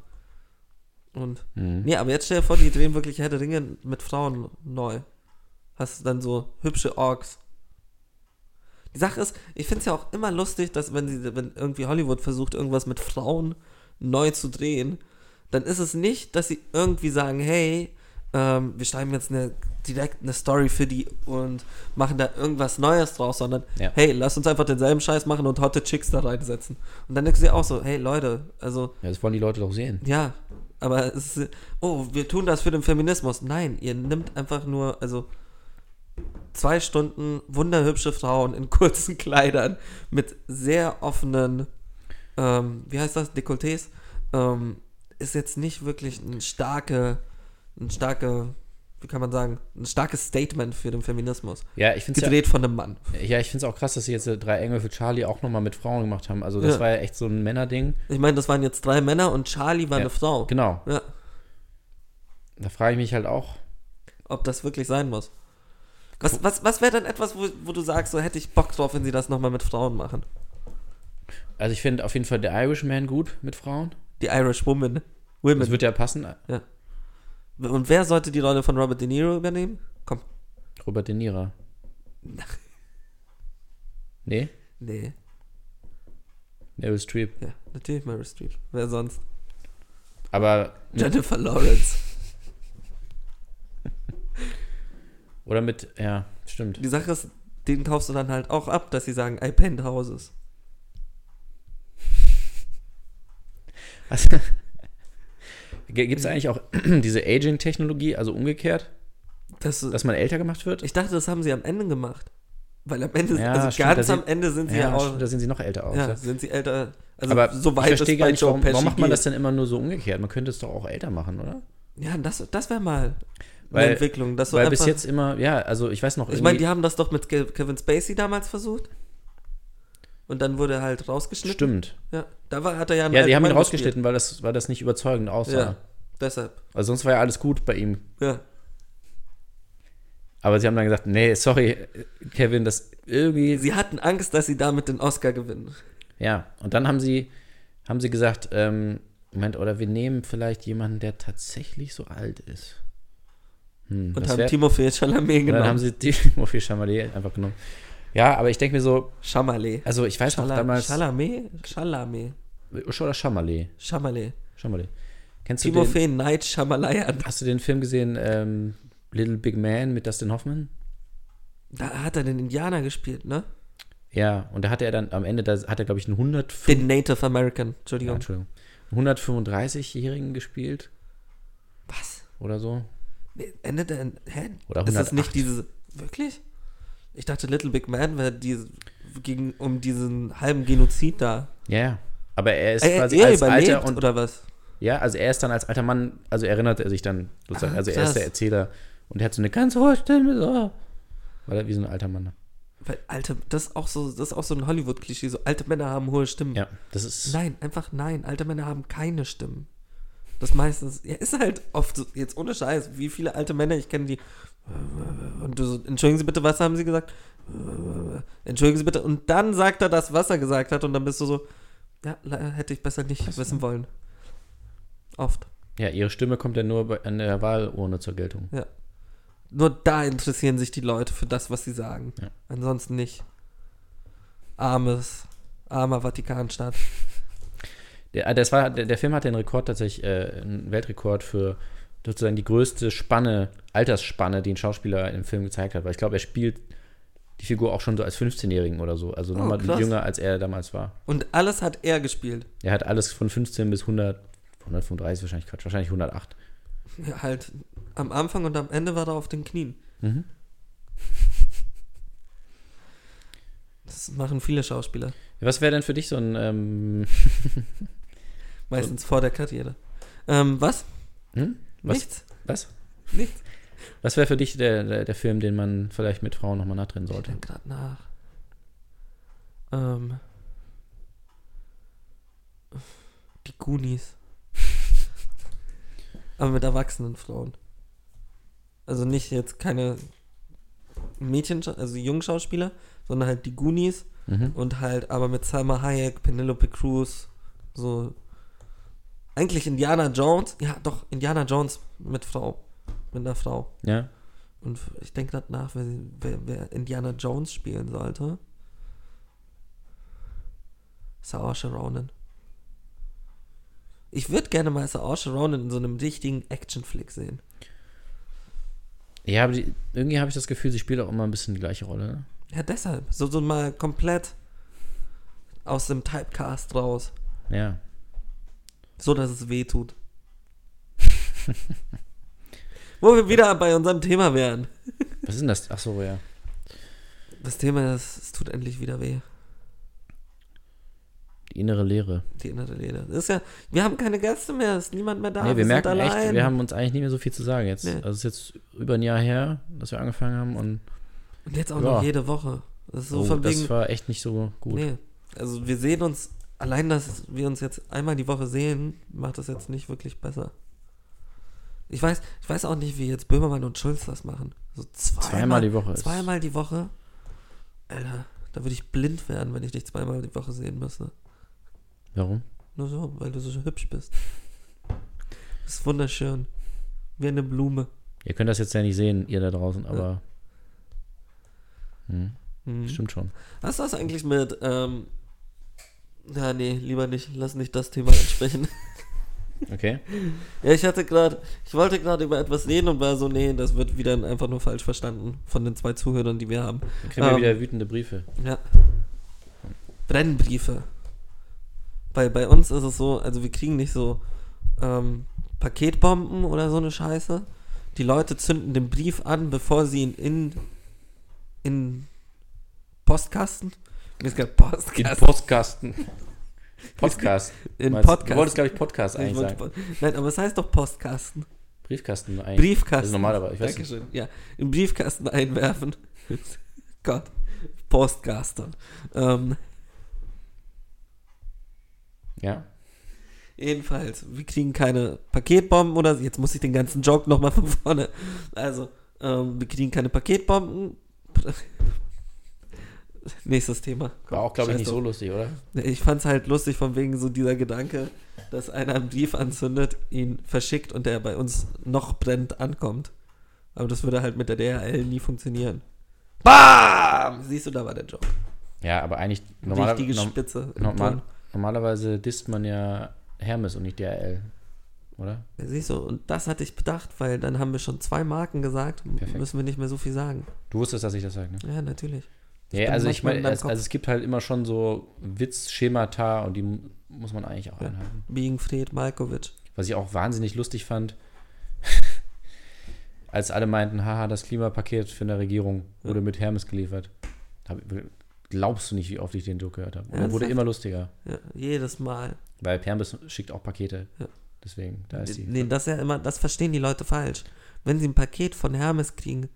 S4: Und.
S5: Mhm.
S4: Nee, aber jetzt stell dir vor, die drehen wirklich Herr der Ringe mit Frauen neu. Hast du dann so hübsche Orks. Die Sache ist, ich finde es ja auch immer lustig, dass wenn sie, wenn irgendwie Hollywood versucht, irgendwas mit Frauen neu zu drehen, dann ist es nicht, dass sie irgendwie sagen, hey, ähm, wir schreiben jetzt eine, direkt eine Story für die und machen da irgendwas Neues draus, sondern
S5: Ja.
S4: hey, lass uns einfach denselben Scheiß machen und hotte Chicks da reinsetzen. Und dann denkst du dir auch so, hey Leute, also
S5: Ja, das wollen die Leute doch sehen.
S4: ja, aber es ist, oh, wir tun das für den Feminismus. Nein, ihr nimmt einfach nur, also zwei Stunden wunderhübsche Frauen in kurzen Kleidern mit sehr offenen, ähm, wie heißt das, Dekolletés, ähm, ist jetzt nicht wirklich ein starke, ein starke, wie kann man sagen, ein starkes Statement für den Feminismus.
S5: Ja, ich finde es ja,
S4: Gedreht von einem Mann.
S5: ja, ich find's auch krass, dass sie jetzt äh, drei Engel für Charlie auch nochmal mit Frauen gemacht haben. Also, das
S4: Ja.
S5: war ja echt so ein Männerding.
S4: Ich meine, das waren jetzt drei Männer und Charlie war
S5: Ja,
S4: eine Frau.
S5: Genau.
S4: Ja,
S5: Da frage ich mich halt auch.
S4: ob das wirklich sein muss. Was, was, was wäre dann etwas, wo, wo du sagst, so hätte ich Bock drauf, wenn sie das nochmal mit Frauen machen?
S5: Also ich finde auf jeden Fall The Irishman gut mit Frauen.
S4: Die Irish Woman.
S5: Das
S4: Women.
S5: wird ja passen.
S4: Und wer sollte die Rolle von Robert De Niro übernehmen? Komm.
S5: Robert De Niro. Nee,
S4: Nee.
S5: Meryl Streep.
S4: Ja, natürlich Meryl Streep. Wer sonst?
S5: Aber mit,
S4: Jennifer Lawrence.
S5: oder mit, ja, stimmt.
S4: Die Sache ist, den kaufst du dann halt auch ab, dass sie sagen, I penned houses. Also
S5: Gibt es eigentlich auch diese Aging-Technologie, also umgekehrt,
S4: Das,
S5: dass man älter gemacht wird?
S4: ich dachte, das haben sie am Ende gemacht. Weil am Ende,
S5: Ja,
S4: also
S5: stimmt, da
S4: ganz
S5: sind-
S4: am Ende sind sie ja,
S5: ja,
S4: auch,
S5: stimmt, da sehen sie noch älter aus.
S4: ja,
S5: ja.
S4: sind sie älter. Also
S5: Aber
S4: soweit
S5: ich verstehe
S4: es
S5: gar
S4: bei
S5: nicht,
S4: Joe
S5: warum, warum
S4: Pesci
S5: macht man das
S4: geht.
S5: denn immer nur so umgekehrt? Man könnte es doch auch älter machen, oder?
S4: Ja, das, das wäre mal
S5: Weil-
S4: eine Entwicklung. Dass du
S5: Weil
S4: einfach,
S5: bis jetzt immer, ja, also ich weiß noch,
S4: Ich meine,
S5: irgendwie-
S4: die haben das doch mit Ke- Kevin Spacey damals versucht. Und dann wurde er halt rausgeschnitten.
S5: stimmt.
S4: Ja, da war, hat er ja einen
S5: Ja, die haben ihn
S4: alten Mann
S5: rausgeschnitten, weil das, weil das nicht überzeugend aussah.
S4: gespielt. Ja, deshalb.
S5: Also sonst war ja alles gut bei ihm.
S4: Ja.
S5: Aber sie haben dann gesagt, nee, sorry, Kevin, das irgendwie.
S4: Sie hatten Angst, dass sie damit den Oscar gewinnen.
S5: Ja, und dann haben sie, haben sie gesagt, ähm, Moment, oder wir nehmen vielleicht jemanden, der tatsächlich so alt ist. Hm,
S4: Und
S5: das
S4: haben
S5: wär-
S4: Timothée Chalamet
S5: und dann
S4: genommen.
S5: haben sie Timothy Chalamet einfach genommen. Ja, aber ich denke mir so,
S4: Chalamet.
S5: also ich weiß noch
S4: Chala-
S5: damals,
S4: Chalamet? Chalamet.
S5: oder Chalamet,
S4: Chalamet.
S5: Chalamet. Kennst du den,
S4: Timothy Night Shyamalan.
S5: Hast du den Film gesehen, ähm, Little Big Man mit Dustin Hoffman?
S4: Da hat er den Indianer gespielt, ne?
S5: Ja, und da hatte er dann am Ende, da hat er, glaube ich, einen 105
S4: Den Native American,
S5: ja,
S4: Entschuldigung.
S5: Entschuldigung, einen 135-Jährigen gespielt
S4: Was?
S5: oder so.
S4: Nee, endet er in. Hä?
S5: Oder
S4: Ist das
S5: 108?
S4: nicht diese. Wirklich? Ich dachte, Little Big Man wäre diese, ging um diesen halben Genozid da.
S5: Ja, ja. Aber er ist
S4: Er,
S5: quasi
S4: er
S5: als
S4: Äh, überlebt
S5: alter und
S4: oder was?
S5: ja, also er ist dann als alter Mann, also erinnert er sich dann sozusagen,
S4: Ah,
S5: also er
S4: krass.
S5: ist der Erzähler und er hat so eine ganz hohe Stimme, so. weil er wie so ein alter Mann. ne?
S4: Weil, Alter, das ist auch so, das ist auch so ein Hollywood-Klischee. So alte Männer haben hohe Stimmen.
S5: Ja, das ist
S4: Nein, einfach nein. Alte Männer haben keine Stimmen. Das meistens, ja, ist halt oft so, jetzt ohne Scheiß, wie viele alte Männer ich kenne, die. Und du so, entschuldigen Sie bitte, was haben Sie gesagt? Entschuldigen Sie bitte. Und dann sagt er das, was er gesagt hat, und dann bist du so, ja, le- hätte ich besser nicht wissen wollen. Oft.
S5: ja, ihre Stimme kommt ja nur bei, an der Wahlurne zur Geltung.
S4: Nur da interessieren sich die Leute für das, was sie sagen.
S5: Ja.
S4: Ansonsten nicht. Armes, armer Vatikanstaat.
S5: Der, ah, das war, der, der Film hatte den Rekord tatsächlich, äh, einen Weltrekord für sozusagen die größte Spanne, Altersspanne, die ein Schauspieler im Film gezeigt hat. Weil ich glaube, er spielt die Figur auch schon so als 15-Jährigen oder so. Also nochmal
S4: Oh, krass.
S5: jünger, als er damals war.
S4: Und alles hat er gespielt.
S5: Er hat alles von 15 bis 100, 135 wahrscheinlich, Quatsch, wahrscheinlich 108.
S4: Ja, halt am Anfang und am Ende war er auf den Knien.
S5: Mhm.
S4: Das machen viele Schauspieler.
S5: Was wäre denn für dich so ein, ähm,
S4: Meistens vor der Karriere. Ähm, was?
S5: hm? was,
S4: Nichts?
S5: was?
S4: Nichts?
S5: Was wäre für dich der, der, der Film, den man vielleicht mit Frauen nochmal nachdrehen
S4: Ich
S5: sollte?
S4: denk grad nach. Ähm. Die Goonies. Aber mit erwachsenen Frauen. Also nicht jetzt keine Mädchen, also Jungschauspieler, sondern halt die Goonies
S5: Mhm.
S4: Und halt, aber mit Salma Hayek, Penelope Cruz, so. Eigentlich Indiana Jones. Ja, doch, Indiana Jones mit Frau. Mit einer Frau.
S5: Ja,
S4: Und ich denke gerade nach, wer, wer, wer Indiana Jones spielen sollte. Saoirse Ronan. Ich würde gerne mal Saoirse Ronan in so einem richtigen Actionflick sehen.
S5: ja aber die, irgendwie habe ich das Gefühl, sie spielt auch immer ein bisschen die gleiche Rolle. Ne?
S4: Ja, deshalb. So, so mal komplett aus dem Typecast raus.
S5: Ja.
S4: So, dass es weh tut. Wo wir wieder bei unserem Thema wären.
S5: Was ist denn das? Ach so, ja.
S4: Das Thema ist, es tut endlich wieder weh.
S5: Die innere Leere.
S4: Die innere Lehre. Das ist ja, wir haben keine Gäste mehr, ist niemand mehr da.
S5: nee, wir,
S4: sind
S5: merken echt,
S4: allein.
S5: wir haben uns eigentlich nicht mehr so viel zu sagen jetzt.
S4: Nee.
S5: Also es ist jetzt über ein Jahr her, dass wir angefangen haben und
S4: Und jetzt auch
S5: Ja.
S4: noch jede Woche. Das ist so
S5: oh,
S4: von wegen.
S5: das war echt nicht so gut.
S4: nee. Also wir sehen uns, allein dass wir uns jetzt einmal die Woche sehen, macht das jetzt nicht wirklich besser. Ich weiß, ich weiß auch nicht, wie jetzt Böhmermann und Schulz das machen. So zweimal,
S5: Zweimal die Woche ist-
S4: Zweimal die Woche. Alter, da würde ich blind werden, wenn ich dich zweimal die Woche sehen müsste.
S5: Warum?
S4: Nur so, weil du so hübsch bist. Das ist wunderschön. Wie eine Blume.
S5: Ihr könnt das jetzt ja nicht sehen, ihr da
S4: Äh,
S5: draußen, aber
S4: Hm.
S5: stimmt schon.
S4: Was ist das eigentlich mit, ähm, ja, nee, lieber nicht, lass nicht das Thema ansprechen.
S5: Okay.
S4: Ja, ich hatte gerade, ich wollte gerade über etwas reden und war so, nee, das wird wieder einfach nur falsch verstanden von den zwei Zuhörern, die wir haben.
S5: Dann kriegen wir
S4: Ähm,
S5: wieder wütende Briefe.
S4: Ja. Brennbriefe. Weil bei uns ist es so, also wir kriegen nicht so ähm, Paketbomben oder so eine Scheiße. Die Leute zünden den Brief an, bevor sie ihn in, in Postkasten. Mir ist gerade
S5: In
S4: Postkasten.
S5: Podcasten. Podcast.
S4: In
S5: Meinst- Du
S4: Podcast.
S5: wolltest, glaube ich, Podcast
S4: Ich
S5: eigentlich
S4: wollte
S5: sagen.
S4: Post- Nein, aber es heißt doch Postkasten.
S5: Briefkasten eigentlich.
S4: Briefkasten.
S5: Das ist normal, aber ich weiß nicht.
S4: Dankeschön. Ja, im Briefkasten einwerfen. Gott. Postkasten. Ähm,
S5: Ja.
S4: jedenfalls, wir kriegen keine Paketbomben oder jetzt muss ich den ganzen Joke nochmal von vorne. Also, ähm, wir kriegen keine Paketbomben. Nächstes Thema.
S5: War auch, glaube ich, nicht so lustig, oder?
S4: Ich fand es halt lustig, von wegen so dieser Gedanke, dass einer einen Brief anzündet, ihn verschickt und der bei uns noch brennt ankommt. Aber das würde halt mit der DHL nie funktionieren. BAM! Siehst du, da war der Job.
S5: Ja, aber eigentlich normaler,
S4: Richtige
S5: norm,
S4: Spitze. im
S5: normal,
S4: Ton.
S5: normalerweise disst man ja Hermes und nicht DRL. oder?
S4: Ja, siehst du, und das hatte ich bedacht, weil dann haben wir schon zwei Marken gesagt, m-
S5: Perfekt.
S4: müssen wir nicht mehr so viel sagen.
S5: Du wusstest, dass ich das sage, ne?
S4: Ja, natürlich.
S5: Ja,
S4: bin
S5: also ich
S4: manchmal in
S5: meine,
S4: deinem
S5: es-
S4: Kopf.
S5: also es gibt halt immer schon so Witzschemata und die mu- muss man eigentlich auch
S4: Ja.
S5: einhalten.
S4: Biegenfried Malkovic.
S5: Was ich auch wahnsinnig lustig fand, als alle meinten, haha, das Klimapaket von der Regierung wurde mit Hermes geliefert. Hab, glaubst du nicht, wie oft ich den Joke gehört habe? Und er wurde
S4: Ernsthaft?
S5: immer lustiger,
S4: Ja, jedes Mal.
S5: weil Hermes schickt auch Pakete.
S4: Ja.
S5: Deswegen, da ist die.
S4: Äh, Nee, das ist ja immer, das verstehen die Leute falsch. Wenn sie ein Paket von Hermes kriegen,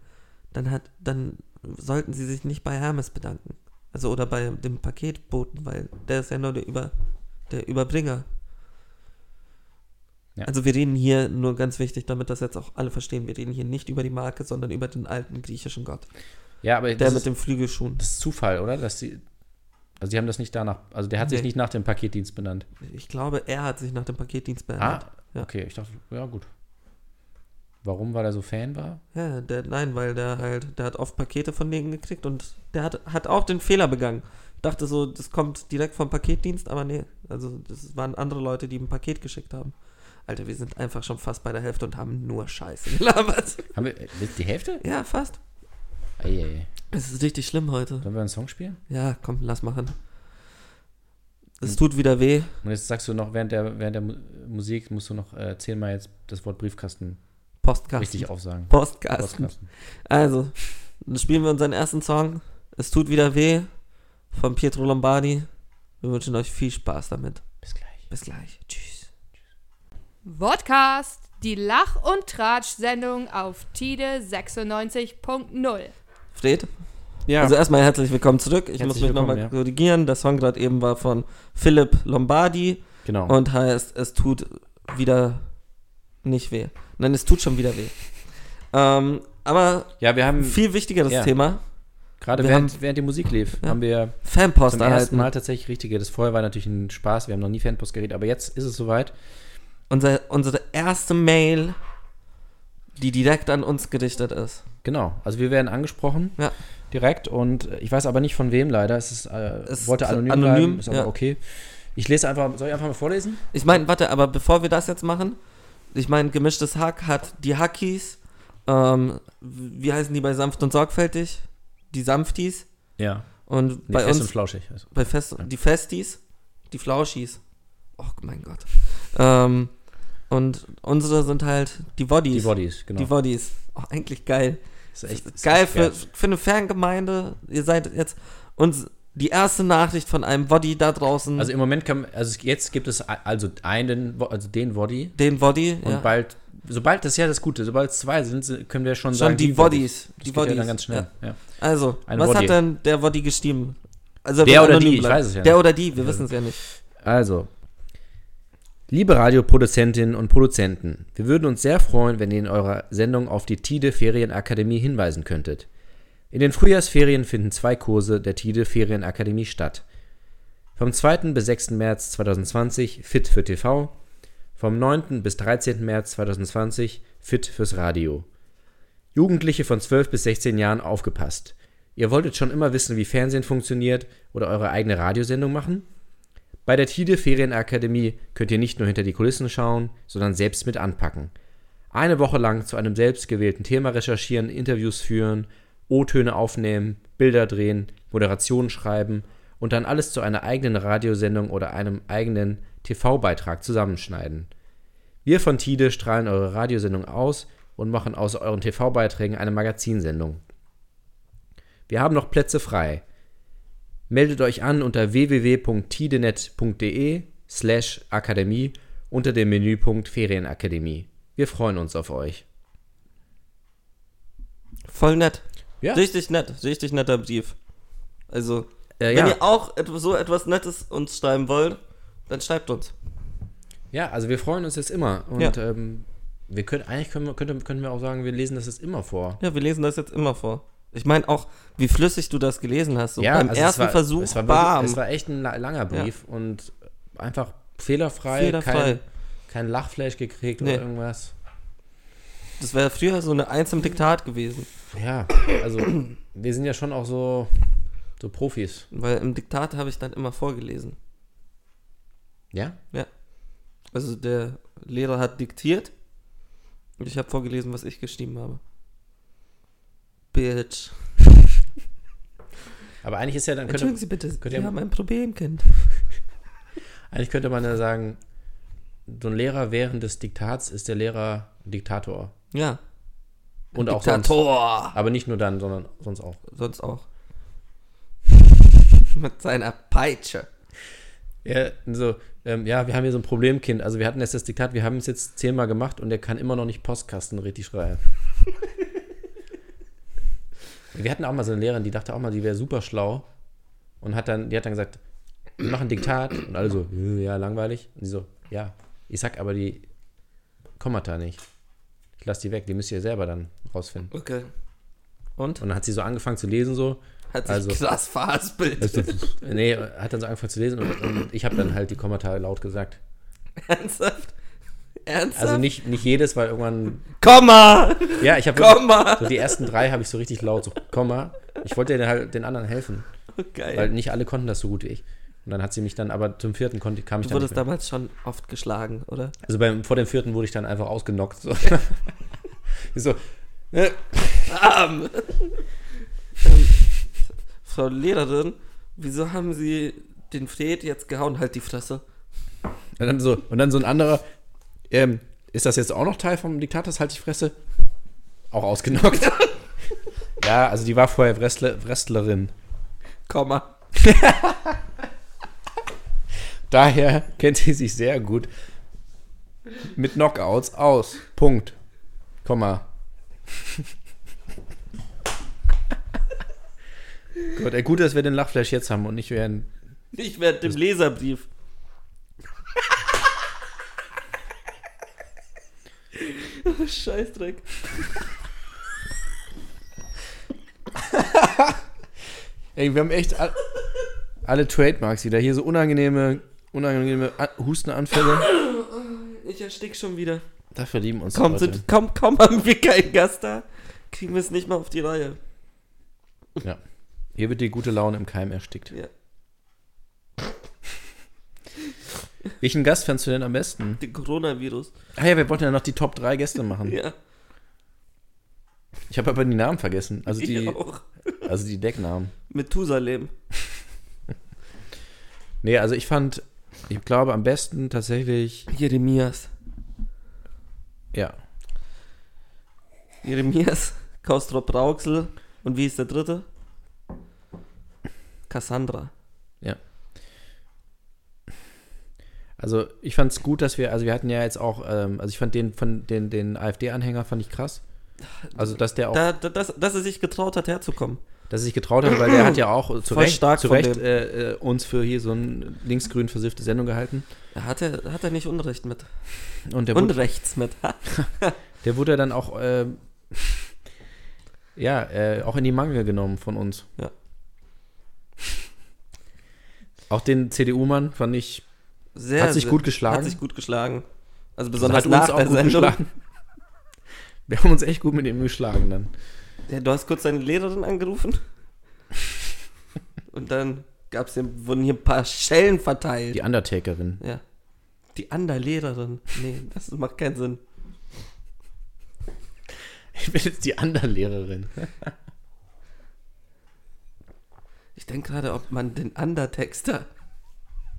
S4: dann hat, dann sollten sie sich nicht bei Hermes bedanken. Also oder bei dem Paketboten, weil der ist ja nur der, Über, der Überbringer.
S5: Ja.
S4: Also wir reden hier, nur ganz wichtig, damit das jetzt auch alle verstehen, wir reden hier nicht über die Marke, sondern über den alten griechischen Gott.
S5: Ja, aber
S4: Der
S5: das
S4: mit
S5: ist,
S4: dem Flügelschuhen.
S5: das ist Zufall, oder? Dass die, also die haben das nicht danach, also der hat sich
S4: Nee.
S5: nicht nach dem Paketdienst benannt.
S4: Ich glaube, er hat sich nach dem Paketdienst benannt.
S5: Ah,
S4: Ja.
S5: okay, ich dachte, ja gut. Warum, weil er so Fan war?
S4: Ja, der, nein, weil der halt, der hat oft Pakete von denen gekriegt und der hat, hat auch den Fehler begangen. Dachte so, das kommt direkt vom Paketdienst, aber nee, also das waren andere Leute, die ihm ein Paket geschickt haben. Alter, wir sind einfach schon fast bei der Hälfte und haben nur Scheiße gelabert.
S5: Haben wir äh, ist die Hälfte?
S4: ja, fast.
S5: Eieiei.
S4: Es ist richtig schlimm heute.
S5: Sollen wir einen Song spielen?
S4: Ja, komm, lass machen. Es tut wieder weh.
S5: Und jetzt sagst du noch, während der, während der Mu Musik musst du noch äh, zehnmal jetzt das Wort Briefkasten
S4: Postkasten.
S5: richtig aufsagen.
S4: Postkasten. Also, dann spielen wir unseren ersten Song. Es tut wieder weh von Pietro Lombardi. Wir wünschen euch viel Spaß damit.
S5: Bis gleich.
S4: Bis gleich. Tschüss.
S7: Podcast, die Lach- und Tratsch-Sendung auf Tide 96.0.
S4: Fred?
S6: Ja,
S4: Also erstmal herzlich willkommen zurück. Ich
S5: Herzlich
S4: muss mich nochmal
S5: willkommen,
S4: korrigieren. Der Song gerade eben war von Philipp Lombardi
S5: Genau.
S4: und heißt Es tut wieder nicht weh. Nein, es tut schon wieder weh. Ähm, aber
S5: ja, wir haben
S4: viel wichtigeres
S5: Ja.
S4: Thema.
S5: gerade
S4: wir
S5: während, während die Musik lief, haben wir
S4: Fanpost
S5: zum ersten
S4: erhalten.
S5: Mal tatsächlich richtige. Das vorher war natürlich ein Spaß, wir haben noch nie Fanpost geredet, aber jetzt ist es soweit.
S4: Unser, unsere erste Mail, die direkt an uns gerichtet ist.
S5: Genau. Also wir werden angesprochen.
S4: Ja.
S5: direkt und äh, ich weiß aber nicht von wem leider. Es ist, äh,
S4: Es
S5: wollte
S4: ist
S5: anonym,
S4: anonym,
S5: bleiben, ist aber
S4: ja.
S5: okay. Ich lese einfach, soll ich einfach mal vorlesen?
S4: Ich meine, warte, aber bevor wir das jetzt machen, ich meine, gemischtes Hack hat die Hackies, ähm, wie heißen die bei sanft und sorgfältig? Die Sanfties
S5: Ja.
S4: und
S5: Nee,
S4: bei
S5: fest und
S4: uns
S5: flauschig. Also,
S4: bei Fest, die Festies, die Flauschis. Oh mein Gott. Ähm, und unsere sind halt die Bodies.
S5: die Bodies, genau.
S4: Die Bodies. Oh, eigentlich geil.
S5: ist echt, ist
S4: Geil
S5: echt
S4: für, für eine Fangemeinde. Ihr seid jetzt uns die erste Nachricht von einem Body da draußen.
S5: Also im Moment kann, also es- jetzt gibt es a- also einen, Wo- also den Body
S4: den Body.
S5: und bald, sobald das ist ja das Gute, sobald es zwei sind, sind, können wir schon,
S4: Schon
S5: sagen,
S4: die Bodies.
S5: Das
S4: Die
S5: geht ja
S4: Bodies,
S5: dann ganz schnell. Ja.
S4: Also,
S5: Ein
S4: was
S5: Woddy.
S4: hat denn der Woddy gestiegen? Also, er
S5: Der
S4: wird
S5: oder
S4: anonym
S5: die, ich
S4: bleiben.
S5: weiß es ja
S4: Der
S5: nicht.
S4: oder die, wir wissen es ja nicht.
S5: Also, liebe Radioproduzentinnen und Produzenten, wir würden uns sehr freuen, wenn ihr in eurer Sendung auf die TIDE Ferienakademie hinweisen könntet. In den Frühjahrsferien finden zwei Kurse der TIDE Ferienakademie statt. Vom 2. bis 6. März 2020 Fit für TV, vom 9. bis 13. März 2020 Fit fürs Radio. Jugendliche von 12 bis 16 Jahren aufgepasst. Ihr wolltet schon immer wissen, wie Fernsehen funktioniert oder eure eigene Radiosendung machen? Bei der TIDE Ferienakademie könnt ihr nicht nur hinter die Kulissen schauen, sondern selbst mit anpacken. Eine Woche lang zu einem selbstgewählten Thema recherchieren, Interviews führen, O-Töne aufnehmen, Bilder drehen, Moderationen schreiben und dann alles zu einer eigenen Radiosendung oder einem eigenen TV-Beitrag zusammenschneiden. Wir von TIDE strahlen eure Radiosendung aus und machen aus euren TV-Beiträgen eine Magazinsendung. Wir haben noch Plätze frei. Meldet euch an unter www.tidenet.de slash Akademie unter dem Menüpunkt Ferienakademie. Wir freuen uns auf euch.
S4: Voll nett.
S5: Ja.
S4: Richtig nett. Richtig netter Brief. Also,
S5: Äh,
S4: wenn
S5: ja.
S4: ihr auch et- so etwas Nettes uns schreiben wollt, dann schreibt uns.
S5: Ja, also wir freuen uns jetzt immer. Und
S4: Ja.
S5: ähm, wir können, eigentlich können wir, könnte, können wir auch sagen, wir lesen das jetzt immer vor.
S4: Ja, wir lesen das jetzt immer vor. Ich meine auch, wie flüssig du das gelesen hast. So beim
S5: also es
S4: ersten
S5: war-
S4: Versuch,
S5: Es war,
S4: bam.
S5: wirklich, es war echt ein la- langer Brief und einfach fehlerfrei,
S4: Fehlerfrei.
S5: Kein, kein Lachflash gekriegt
S4: Nee.
S5: oder irgendwas.
S4: das wäre früher so eine Eins im Diktat gewesen.
S5: Ja, also wir sind ja schon auch so, so Profis.
S4: Weil im Diktat habe ich dann immer vorgelesen.
S5: Ja?
S4: Also der Lehrer hat diktiert und ich habe vorgelesen, was ich geschrieben habe. Bitch.
S5: Aber eigentlich ist ja dann,
S4: Entschuldigen
S5: könnte,
S4: Sie bitte,
S5: könnt
S4: wir
S5: ihr-
S4: haben ein Problem, Kind.
S5: eigentlich könnte man ja sagen, so ein Lehrer während des Diktats ist der Lehrer Diktator.
S4: Ja,
S5: Und auch
S4: Diktator.
S5: sonst. Aber nicht nur dann, sondern sonst auch.
S4: Sonst auch. Mit seiner Peitsche.
S5: Ja, so, ähm, ja, wir haben hier so ein Problemkind. Also wir hatten jetzt das Diktat, wir haben es jetzt zehnmal gemacht und der kann immer noch nicht Postkasten richtig schreiben. wir hatten auch mal so eine Lehrerin, die dachte auch mal, die wäre super schlau und hat dann, die hat dann gesagt, wir machen Diktat und alle so, "Äh, ja, langweilig. Und sie so, ja, ich sag aber die Kommata nicht. Ich lass die weg, die müsst ihr selber dann rausfinden.
S4: Okay. Und?
S5: Und dann hat sie so angefangen zu lesen so
S4: Hat sich
S5: Also-
S4: krass verhaspelt.
S5: Weißt du, nee, hat dann so angefangen zu lesen und, und ich habe dann halt die Kommata laut gesagt.
S4: Ernsthaft? Ernsthaft?
S5: Also nicht, nicht jedes, weil irgendwann.
S4: Komma!
S5: Ja, ich habe
S4: Komma!
S5: so die ersten drei habe ich so richtig laut, so Komma. Ich wollte den halt den anderen helfen,
S4: Geil.
S5: weil nicht alle konnten das so gut wie ich. Und dann hat sie mich dann, aber zum vierten konnte, kam ich
S4: du
S5: dann. Nicht
S4: wurdest
S5: mehr.
S4: damals schon oft geschlagen, oder?
S5: Also beim, vor dem vierten wurde ich dann einfach ausgenockt. So. Ich so äh,
S4: Bam! ähm, Frau Lehrerin, wieso haben Sie den Fred jetzt gehauen? Halt die Fresse.
S5: und, dann so, und dann so ein anderer. Ähm, ist das jetzt auch noch Teil vom Diktators? Halt die Fresse. Auch ausgenockt. ja, also die war vorher Wrestler, Wrestlerin.
S4: Komma.
S5: Daher kennt sie sich sehr gut mit Knockouts aus. Punkt. Komma. Gott, ey, gut, dass wir den Lachflash jetzt haben und nicht während.
S4: Nicht während dem Leserbrief. oh, Scheißdreck.
S5: Ey, wir haben echt all, alle Trademarks wieder. Hier so unangenehme, unangenehme A- Hustenanfälle.
S4: Ich erstick schon wieder.
S5: Dafür lieben uns die
S4: Komm,
S5: Leute.
S4: sind, komm, komm, haben wir keinen Gast da? Kriegen wir es nicht mal auf die Reihe.
S5: Ja. Hier wird die gute Laune im Keim erstickt.
S4: Ja.
S5: Welchen Gast fandst du denn am besten?
S4: Den Coronavirus.
S5: Ah ja, wir wollten ja noch die Top 3 Gäste machen.
S4: Ja,
S5: Ich habe aber die Namen vergessen. Also
S4: ich
S5: die,
S4: auch.
S5: also die Decknamen.
S4: Methusalem.
S5: Nee, also ich fand, ich glaube am besten tatsächlich,
S4: Jeremias.
S5: ja.
S4: Jeremias, Kaustrop Rauxel und wie ist der dritte? Cassandra.
S5: Also ich fand es gut, dass wir, also wir hatten ja jetzt auch, ähm, also ich fand den von den, den AfD-Anhänger fand ich krass. Also dass der auch,
S4: Da, da, dass, dass er sich getraut hat, herzukommen.
S5: dass er sich getraut hat, weil der hat ja auch äh, zu
S4: Voll
S5: Recht,
S4: stark
S5: zu
S4: von
S5: Recht
S4: dem.
S5: äh, äh, uns für hier so eine linksgrün versiffte Sendung gehalten.
S4: Da Hat er, hat er nicht Unrecht mit.
S5: Und der
S4: Und
S5: wurde,
S4: rechts mit.
S5: der wurde dann auch, ähm, ja, äh, auch in die Mangel genommen von uns.
S4: Ja.
S5: Auch den CDU-Mann fand ich,
S4: Sehr,
S5: Hat sich
S4: sehr-
S5: gut geschlagen?
S4: Hat sich gut geschlagen. Also
S5: hat
S4: besonders
S5: uns
S4: nach
S5: auch
S4: der
S5: gut
S4: Sendung.
S5: geschlagen. Wir haben uns echt gut mit ihm geschlagen dann.
S4: Ja, du hast kurz deine Lehrerin angerufen. Und dann gab's hier, wurden hier ein paar Schellen verteilt.
S5: Die Undertakerin.
S4: Ja. Die Ander-Lehrerin. Nee, das macht keinen Sinn.
S5: Ich bin jetzt die Underlehrerin.
S4: Ich denke gerade, ob man den Ander-Texter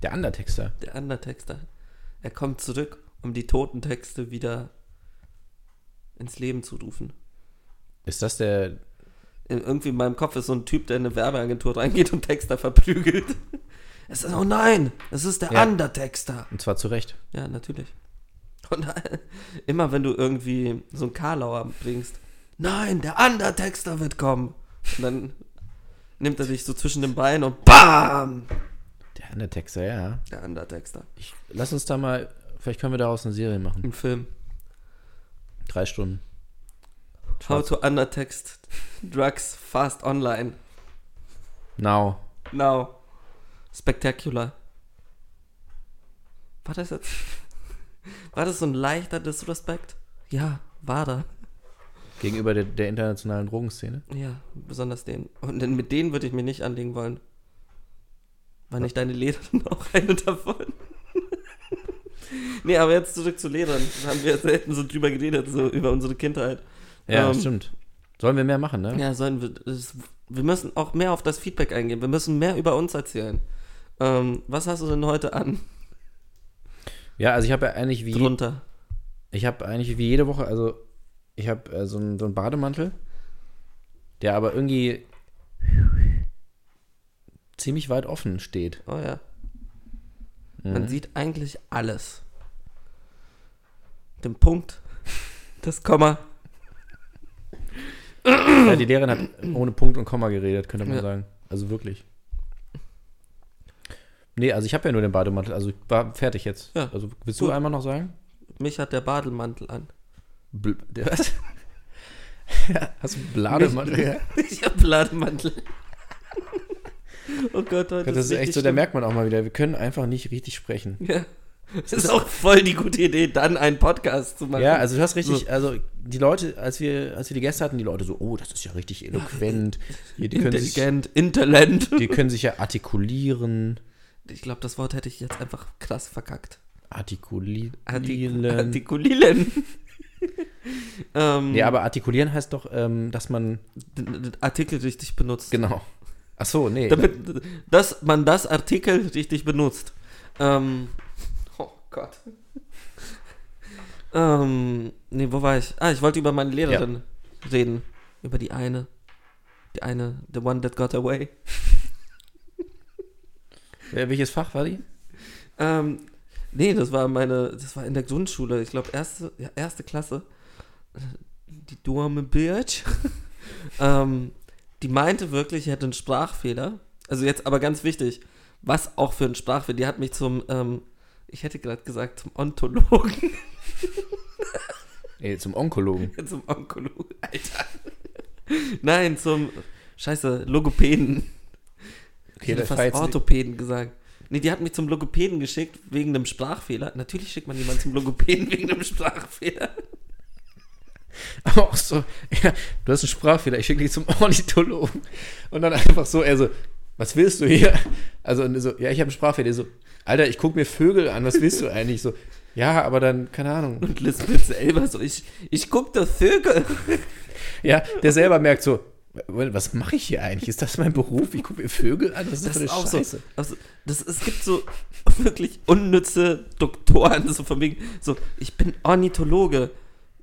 S5: Der Undertexter.
S4: Der Undertexter. Er kommt zurück, um die toten Texte wieder ins Leben zu rufen.
S5: Ist das der.
S4: Ir- Irgendwie in meinem Kopf ist so ein Typ, der in eine Werbeagentur reingeht und Texter verprügelt. Es ist, oh nein, es ist der
S5: Ja.
S4: Undertexter.
S5: Und zwar zu Recht.
S4: Ja, natürlich. Und äh, immer wenn du irgendwie so einen Karlauer bringst, nein, der Undertexter wird kommen. Und dann nimmt er dich so zwischen den Beinen und BAM!
S5: Der Undertexter, ja.
S4: Der Undertexter.
S5: Ich, lass uns da mal. Vielleicht können wir daraus eine Serie machen.
S4: Im Film.
S5: Drei Stunden.
S4: How to Undertext Drugs Fast Online.
S5: Now.
S4: Now. Spectacular. War das jetzt? War das so ein leichter Disrespect? Ja, war da.
S5: Gegenüber der, der internationalen Drogenszene.
S4: Ja, besonders den. Und denn mit denen würde ich mich nicht anlegen wollen. War nicht deine Lehrerin auch eine davon? Nee, aber jetzt zurück zu Lehrern. Da haben wir selten so drüber geredet, so über unsere Kindheit.
S5: Ja,
S4: Ähm,
S5: stimmt. Sollen wir mehr machen, ne?
S4: Ja, sollen wir. Es, wir müssen auch mehr auf das Feedback eingehen. Wir müssen mehr über uns erzählen. Ähm, was hast du denn heute an?
S5: Ja, also ich habe ja eigentlich wie
S4: Drunter.
S5: Ich habe eigentlich wie jede Woche, also ich habe äh, so, einen, so einen Bademantel, der aber irgendwie ziemlich weit offen steht.
S4: Oh ja. Man sieht eigentlich alles. Den Punkt, das Komma.
S5: Ja, die Lehrerin hat ohne Punkt und Komma geredet, könnte man
S4: Ja.
S5: sagen. Also wirklich. Nee, also ich habe ja nur den Bademantel, also ich war fertig jetzt.
S4: Ja.
S5: Also willst du
S4: Gut.
S5: einmal noch sagen?
S4: Mich hat der Bademantel an.
S5: Bl der, was? Hast du einen Bademantel?
S4: Ich hab Bademantel. oh Gott, heute
S5: Das, ist echt
S4: richtig
S5: so, da
S4: schlimm.
S5: merkt man auch mal wieder, wir können einfach nicht richtig sprechen.
S4: Ja. Das ist auch voll die gute Idee, dann einen Podcast zu machen.
S5: Ja, also du hast richtig, also die Leute, als wir, als wir die Gäste hatten, die Leute so, oh, das ist ja richtig eloquent. Hier, die, können sich,
S4: intelligent, intelligent.
S5: die können sich ja artikulieren.
S4: Ich glaube, das Wort hätte ich jetzt einfach krass verkackt.
S5: Artikulieren.
S4: Artik Artikulieren. ähm,
S5: nee, aber artikulieren heißt doch, ähm, dass man.
S4: den- den Artikel richtig benutzt.
S5: Genau. Ach so, nee.
S4: Damit dass man das Artikel richtig benutzt. Ähm, oh Gott. ähm, nee, wo war ich? Ah, ich wollte über meine Lehrerin reden. Über die eine. Die eine, the one that got away.
S5: Wel- Welches Fach war die?
S4: Ähm, nee, das war meine, das war in der Grundschule, ich glaube erste, ja, erste Klasse. Die dumme Bitch. ähm, die meinte wirklich, ich hätte einen Sprachfehler. Also jetzt aber ganz wichtig, was auch für ein Sprachfehler. Die hat mich zum, ähm, ich hätte gerade gesagt, zum Ontologen,
S5: Nee, zum Onkologen.
S4: zum Onkologen, Alter. Nein, zum, scheiße, Logopäden.
S5: Okay,
S4: ich hätte
S5: das war
S4: fast
S5: jetzt nicht-
S4: Orthopäden gesagt. Nee, die hat mich zum Logopäden geschickt wegen einem Sprachfehler. Natürlich schickt man jemanden zum Logopäden wegen einem Sprachfehler.
S5: Aber auch so, ja, du hast einen Sprachfehler, ich schicke dich zum Ornithologen. Und dann einfach so, er so, was willst du hier? Also, und so, ja, ich habe einen Sprachfehler. Er so, Alter, ich gucke mir Vögel an, was willst du eigentlich? So, ja, aber dann, keine Ahnung.
S4: Und lispelt selber so, ich, ich guck das Vögel.
S5: Ja, der selber merkt so, was mache ich hier eigentlich? Ist das mein Beruf? Ich gucke mir Vögel an, was ist das, für eine Scheiße?
S4: so. Also, das, es gibt so wirklich unnütze Doktoren, so von wegen, so, ich bin Ornithologe.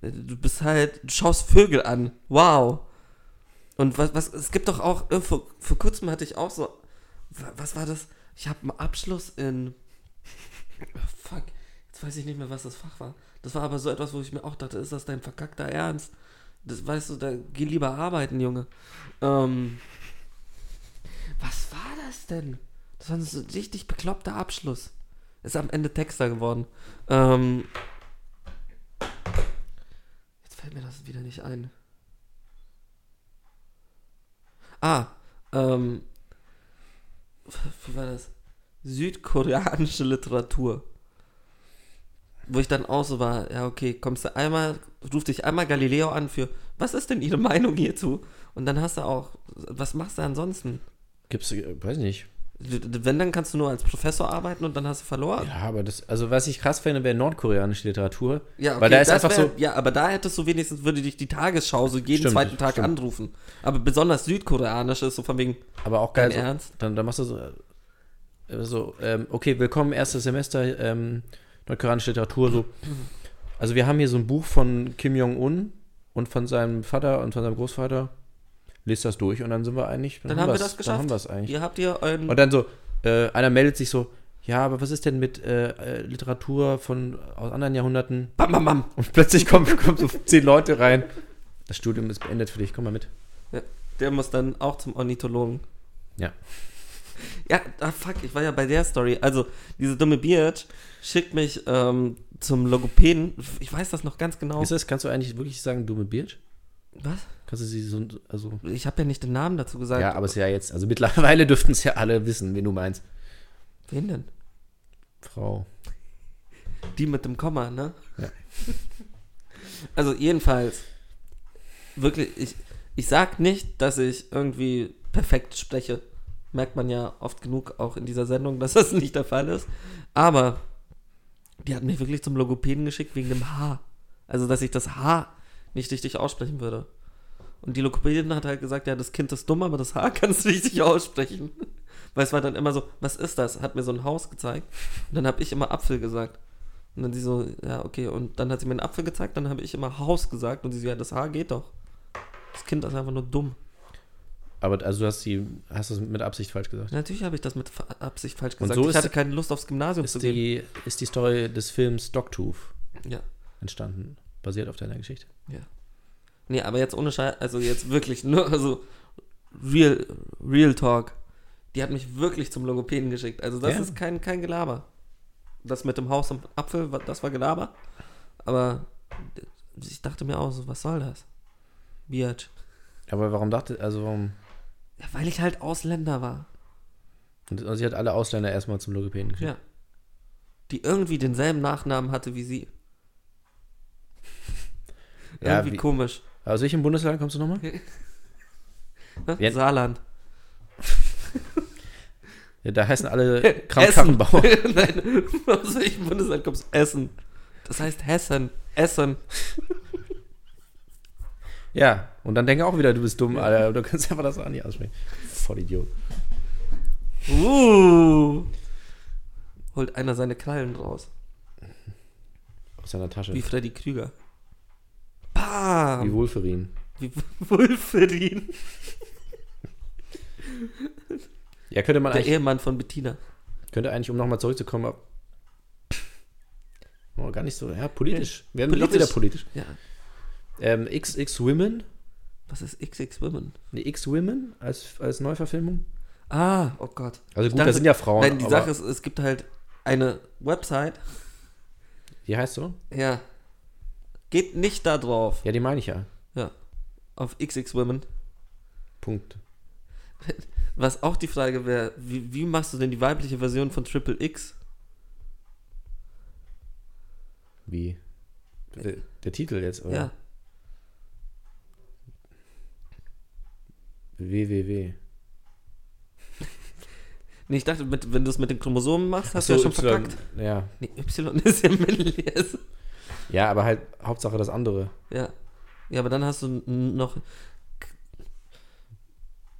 S4: Du bist halt, du schaust Vögel an. Wow. Und was, was, es gibt doch auch, äh, vor, vor kurzem hatte ich auch so, wa- was war das? Ich habe einen Abschluss in, oh, fuck, jetzt weiß ich nicht mehr, was das Fach war. Das war aber so etwas, wo ich mir auch dachte, ist das dein verkackter Ernst? Das weißt du, da geh lieber arbeiten, Junge. Ähm, was war das denn? Das war ein so richtig bekloppter Abschluss. Ist am Ende Texter geworden. Ähm, jetzt fällt mir das wieder nicht ein. Ah, ähm, wie war das? Südkoreanische Literatur. Wo ich dann auch so war, ja okay, kommst du einmal, ruf dich einmal Galileo an für, was ist denn ihre Meinung hierzu? Und dann hast du auch, was machst du ansonsten?
S5: Gibt's, äh, weiß nicht.
S4: Wenn, dann kannst du nur als Professor arbeiten und dann hast du verloren.
S5: Ja, aber das, also was ich krass fände, wäre nordkoreanische Literatur.
S4: okay,
S5: weil da ist
S4: das
S5: einfach
S4: wär-
S5: so,
S4: Ja, aber da hättest du wenigstens, würde dich die Tagesschau so jeden
S5: Stimmt,
S4: zweiten Tag
S5: stimmt.
S4: anrufen. Aber besonders südkoreanisch ist so von wegen,
S5: aber auch geil.
S4: Dein
S5: So,
S4: Ernst?
S5: Dann, dann machst du so, äh, so ähm, okay, willkommen, erstes Semester, ähm, nordkoreanische Literatur. So. Also wir haben hier so ein Buch von Kim Jong-un und von seinem Vater und von seinem Großvater. Lest das durch und dann sind wir eigentlich.
S4: dann haben wir
S5: wir's-
S4: das geschafft.
S5: Dann haben wir es eigentlich.
S4: Ihr habt ihr euren.
S5: Und dann so, äh, einer meldet sich so, ja, aber was ist denn mit äh, äh, Literatur von aus anderen Jahrhunderten?
S4: bam, bam, bam.
S5: Und plötzlich kommen, kommen so zehn Leute rein. Das Studium ist beendet für dich, komm mal mit.
S4: Ja, der muss dann auch zum Ornithologen.
S5: Ja.
S4: Ja, ah, fuck, ich war ja bei der Story. Also, diese dumme Bitch schickt mich ähm, zum Logopäden. Ich weiß das noch ganz genau.
S5: Ist das, kannst du eigentlich wirklich sagen, dumme Birch?
S4: Was?
S5: Kannst du sie so, also.
S4: Ich habe ja nicht den Namen dazu gesagt.
S5: Ja, aber es ist ja jetzt, also mittlerweile dürften es ja alle wissen, wen du meinst.
S4: Wen denn?
S5: Frau.
S4: Die mit dem Komma, ne?
S5: Ja.
S4: Also jedenfalls, wirklich, ich, ich sag nicht, dass ich irgendwie perfekt spreche. Merkt man ja oft genug auch in dieser Sendung, dass das nicht der Fall ist. Aber Die hat mich wirklich zum Logopäden geschickt wegen dem H. Also, dass ich das H nicht richtig aussprechen würde. Und die Logopädin hat halt gesagt, ja, das Kind ist dumm, aber das H kann es richtig aussprechen. Weil es war dann immer so, was ist das? Hat mir so ein Haus gezeigt. Und dann habe ich immer Apfel gesagt. Und dann sie so, ja, okay. Und dann hat sie mir einen Apfel gezeigt, dann habe ich immer Haus gesagt. Und sie so, ja, das H geht doch. Das Kind ist einfach nur dumm.
S5: Aber also du hast, die, hast das mit Absicht falsch gesagt.
S4: Natürlich habe ich das mit Fa- Absicht falsch
S5: Und
S4: gesagt.
S5: so
S4: ich
S5: ist-
S4: hatte keine Lust aufs Gymnasium zu
S5: Ist
S4: gehen.
S5: die, ist die Story des Films Dogtooth
S4: Ja.
S5: entstanden, basiert auf deiner Geschichte.
S4: Nee, aber jetzt ohne Scheiß, also jetzt wirklich nur, also real, real Talk. Die hat mich wirklich zum Logopäden geschickt. Also das
S5: Ja.
S4: ist kein, kein Gelaber. Das mit dem Haus am Apfel, wa- das war Gelaber. Aber ich dachte mir auch so, was soll das? Biatch.
S5: Aber warum dachte, also warum?
S4: Ja, weil ich halt Ausländer war.
S5: Und und also sie hat alle Ausländer erstmal zum Logopäden geschickt.
S4: Ja. Die irgendwie denselben Nachnamen hatte wie sie.
S5: Ja,
S4: irgendwie
S5: wie-
S4: komisch.
S5: Aus welchem Also Bundesland kommst du nochmal?
S4: Ne?
S5: Ja.
S4: Saarland.
S5: Ja, da heißen alle Kram
S4: Essen.
S5: Karrenbauer.
S4: Nein, aus welchem Bundesland kommst du? Essen. Das heißt Hessen. Essen.
S5: Ja, und dann denke auch wieder, du bist dumm, Alter. Du kannst einfach das auch nicht aussprechen. Voll Idiot.
S4: Uh. Holt einer seine Krallen raus.
S5: Aus seiner Tasche.
S4: Wie
S5: Wie,
S4: Freddy Krüger. Bam!
S5: Wolferin.
S4: Wie Wolferin.
S5: Ja, könnte man
S4: Der
S5: eigentlich,
S4: Ehemann von Bettina.
S5: könnte eigentlich, um nochmal zurückzukommen, auf- oh, gar nicht so, ja, politisch. Wir haben doch
S4: Politisch.
S5: wieder politisch.
S4: Ja.
S5: Ähm, XX Women,
S4: Was ist XX Women?
S5: ne, X Women als, als Neuverfilmung.
S4: Ah, oh Gott.
S5: Also
S4: Ich
S5: gut,
S4: dachte-
S5: da sind ja Frauen.
S4: Nein, die
S5: aber-
S4: Sache ist, es gibt halt eine Website.
S5: Die heißt so?
S4: Ja. Geht nicht da drauf.
S5: Ja, die meine ich ja.
S4: Ja. Auf XX Women.
S5: Punkt.
S4: Was auch die Frage wäre, wie, wie machst du denn die weibliche Version von Triple X?
S5: Wie? Der, der Titel jetzt, oder?
S4: Ja.
S5: WWW.
S4: Nee, ich dachte, mit, wenn du es mit den Chromosomen machst, hast
S5: Ach
S4: du
S5: so,
S4: ja schon
S5: Y,
S4: verkackt.
S5: Ja.
S4: Nee, Y ist ja männlich.
S5: ja, aber halt Hauptsache das andere.
S4: Ja. Ja, aber dann hast du n- noch.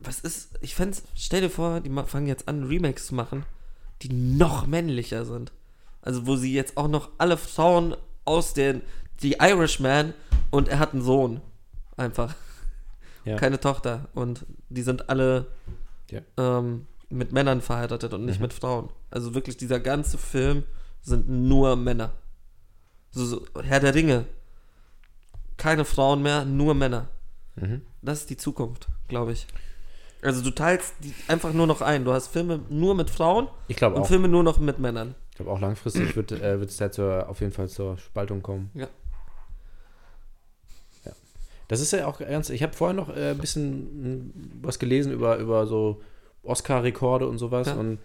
S4: Was ist. Ich fänd's. Stell dir vor, die ma- fangen jetzt an, Remakes zu machen, die noch männlicher sind. Also, wo sie jetzt auch noch alle Frauen aus den. Die Irishman und er hat einen Sohn. Einfach.
S5: Ja.
S4: Keine Tochter. Und die sind alle.
S5: Ja. Mhm.
S4: Ähm, mit Männern verheiratet und nicht mit Frauen. Also wirklich, dieser ganze Film sind nur Männer. So, so Herr der Ringe, keine Frauen mehr, nur Männer.
S5: Mhm.
S4: Das ist die Zukunft, glaube ich. Also du teilst die einfach nur noch ein. Du hast Filme nur mit Frauen
S5: Ich glaube
S4: und
S5: auch.
S4: Filme nur noch mit Männern.
S5: Ich glaube auch langfristig wird es äh, wird's da zur, auf jeden Fall zur Spaltung kommen.
S4: Ja.
S5: Ja. Das ist ja auch ganz. Ich habe vorher noch äh, ein bisschen mm, was gelesen über, über so Oscar-Rekorde und sowas.
S4: Ja.
S5: Und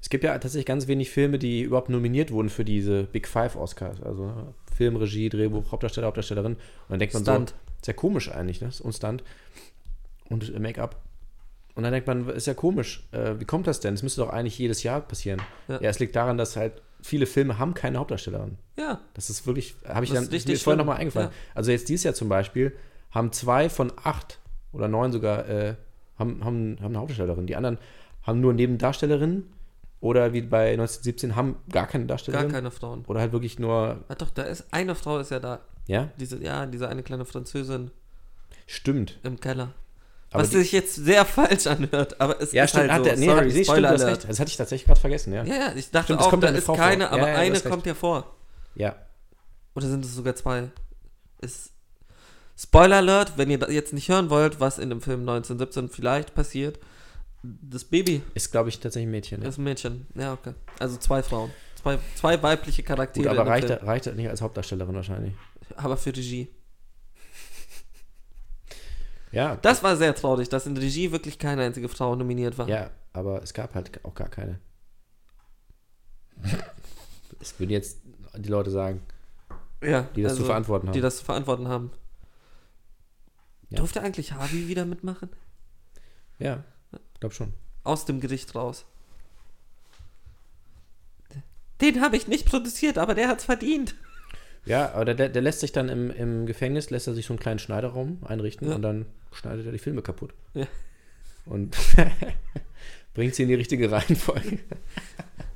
S5: es gibt ja tatsächlich ganz wenig Filme, die überhaupt nominiert wurden für diese Big Five Oscars. Also ne, Film, Regie, Drehbuch, Hauptdarsteller, Hauptdarstellerin. Und dann denkt man
S4: Stunt.
S5: so, ist ja komisch eigentlich, ne? Und Stunt. Und äh, Make-up. Und dann denkt man, ist ja komisch, äh, wie kommt das denn? Es müsste doch eigentlich jedes Jahr passieren. Ja.
S4: Ja.
S5: es liegt daran, dass halt viele Filme haben keine Hauptdarstellerin.
S4: Ja,
S5: Das ist wirklich, habe ich
S4: Das
S5: dann,
S4: ist
S5: ist mir
S4: richtig
S5: vorher
S4: schlimm.
S5: nochmal eingefallen.
S4: Ja.
S5: Also jetzt dieses Jahr zum Beispiel haben zwei von acht oder neun sogar, äh, haben, haben, haben eine Hauptdarstellerin. Die anderen haben nur Nebendarstellerinnen oder wie bei 1917 haben gar keine
S4: gar
S5: Darstellerin.
S4: keine Frauen.
S5: Oder halt wirklich nur,
S4: Ah, doch, da ist eine Frau ist ja da.
S5: ja,
S4: Diese, ja, diese eine kleine Französin
S5: stimmt.
S4: im Keller.
S5: Aber
S4: was
S5: die-
S4: sich jetzt sehr falsch anhört, aber es
S5: Ja,
S4: ist
S5: stimmt,
S4: halt
S5: hat
S4: so.
S5: der, nee,
S4: Sorry,
S5: hat, nee, stimmt,
S4: Spoiler
S5: das,
S4: Alert.
S5: recht. das hatte ich tatsächlich gerade vergessen, ja.
S4: Ja, ja, ich dachte
S5: Stimmt, es
S4: auch,
S5: kommt
S4: da
S5: eine
S4: ist
S5: Frau vor.
S4: keine,
S5: Ja,
S4: aber
S5: ja, du
S4: eine
S5: hast recht.
S4: kommt ja vor.
S5: Ja,
S4: Oder sind es sogar zwei? Ist Spoiler Alert, wenn ihr da jetzt nicht hören wollt, was in dem Film 1917 vielleicht passiert. Das Baby
S5: ist glaube ich tatsächlich ein Mädchen. ne? Ja.
S4: ist ein Mädchen. Ja, okay. Also zwei Frauen. Zwei, zwei weibliche Charaktere.
S5: Gut, aber
S4: in dem
S5: reicht,
S4: Film.
S5: reicht das nicht als Hauptdarstellerin wahrscheinlich.
S4: aber für Regie.
S5: Ja,
S4: Das war sehr traurig, dass in Regie wirklich keine einzige Frau nominiert war.
S5: ja, aber es gab halt auch gar keine. Es würden jetzt die Leute sagen,
S4: Ja, also
S5: Also, die das zu verantworten haben.
S4: Die das zu verantworten haben.
S5: Ja.
S4: Durfte eigentlich Harvey wieder mitmachen?
S5: ja, glaub schon.
S4: Aus dem Gericht raus. Den habe ich nicht produziert, aber der hat's verdient.
S5: Ja, aber der, der lässt sich dann im, im Gefängnis, lässt er sich so einen kleinen Schneiderraum einrichten
S4: Ja.
S5: und dann schneidet er die Filme kaputt.
S4: Ja.
S5: Und bringt sie in die richtige Reihenfolge.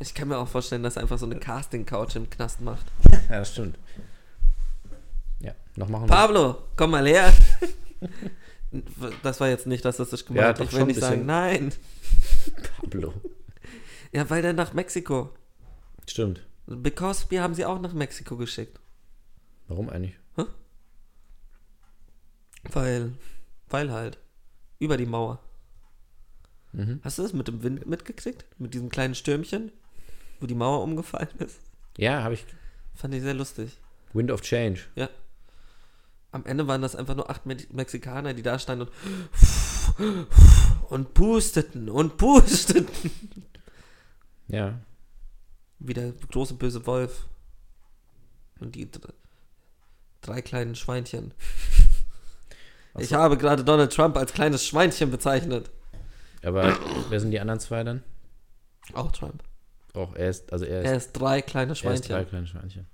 S4: Ich kann mir auch vorstellen, dass er einfach so eine Casting-Couch im Knast macht.
S5: Ja, das stimmt. Ja, noch machen wir.
S4: Pablo, komm mal her. Das war jetzt nicht rassistisch
S5: Ja,
S4: gemeint.
S5: doch
S4: ich
S5: schon
S4: will
S5: ein
S4: nicht sagen,
S5: bisschen.
S4: nein.
S5: Pablo.
S4: Ja, weil dann nach Mexiko.
S5: Stimmt.
S4: Bikowski haben sie auch nach Mexiko geschickt.
S5: Warum eigentlich?
S4: Weil, weil halt. Über die Mauer.
S5: Mhm.
S4: Hast du das mit dem Wind mitgekriegt? Mit diesem kleinen Stürmchen, wo die Mauer umgefallen ist?
S5: Ja, habe ich.
S4: Fand ich sehr lustig.
S5: Wind of Change.
S4: Ja. Am Ende waren das einfach nur acht Me Mexikaner, die da standen und und pusteten und pusteten.
S5: Ja.
S4: Wie der große böse Wolf. Und die dr- drei kleinen Schweinchen. Ich habe gerade Donald Trump als kleines Schweinchen bezeichnet.
S5: Aber wer sind die anderen zwei dann?
S4: Auch Trump.
S5: Auch er ist, also er ist,
S4: Er ist drei kleine
S5: er ist
S4: Schweinchen.
S5: drei kleine Schweinchen.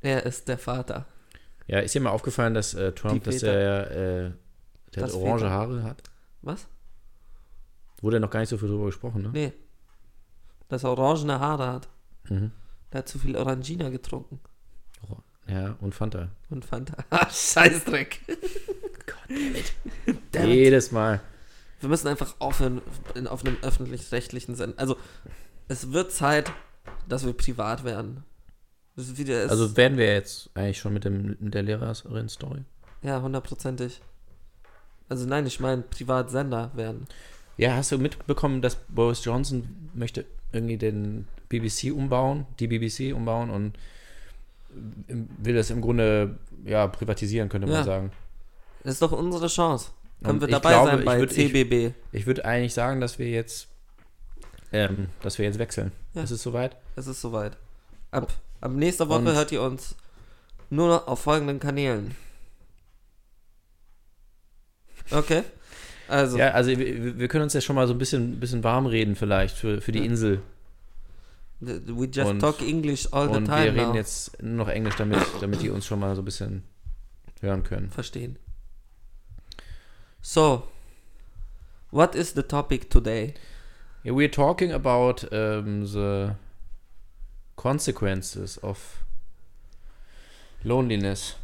S4: Er ist der Vater.
S5: Ja, ist dir mal aufgefallen, dass äh, Trump,
S4: Die
S5: dass
S4: Väter.
S5: er äh, der hat
S4: Das
S5: orange
S4: Väter.
S5: Haare hat?
S4: Was?
S5: Wurde noch gar nicht so viel drüber gesprochen, ne?
S4: Nee. Dass er orangene Haare hat.
S5: Mhm.
S4: Der hat zu viel Orangina getrunken.
S5: Ja, und Fanta.
S4: Und Fanta. Ah, Scheißdreck. Damn it.
S5: Jedes Mal.
S4: Wir müssen einfach aufhören in, auf einem öffentlich-rechtlichen Sinn. Also, es wird Zeit, dass wir privat werden. Das ist wieder ist,
S5: Also werden wir jetzt eigentlich schon mit dem mit der Lehrerin-Story?
S4: ja, hundertprozentig. Also nein, ich meine Privatsender werden.
S5: Ja, hast du mitbekommen, dass Boris Johnson möchte irgendwie den BBC umbauen, die BBC umbauen und im- will das im Grunde ja privatisieren, könnte man
S4: Ja.
S5: sagen.
S4: Das ist doch unsere Chance. Können
S5: Und
S4: wir
S5: ich
S4: dabei
S5: glaube,
S4: sein
S5: ich
S4: bei
S5: würd- ich-
S4: CBB?
S5: Ich würde eigentlich sagen, dass wir jetzt, ähm, dass wir jetzt wechseln.
S4: Ja.
S5: Ist es soweit?
S4: es ist soweit. Ab, ab nächster Woche
S5: Und-
S4: hört ihr uns nur noch auf folgenden Kanälen. Okay. Also,
S5: Ja, also wir, wir können uns ja schon mal so ein bisschen, bisschen warm reden vielleicht für, für die
S4: Ja.
S5: Insel.
S4: we just
S5: und-
S4: talk English all the
S5: Und
S4: time
S5: wir reden
S4: now.
S5: jetzt nur noch Englisch, damit, damit die uns schon mal so ein bisschen hören können.
S4: verstehen. So, what is the topic today?
S5: Yeah, we're talking about um, the consequences of loneliness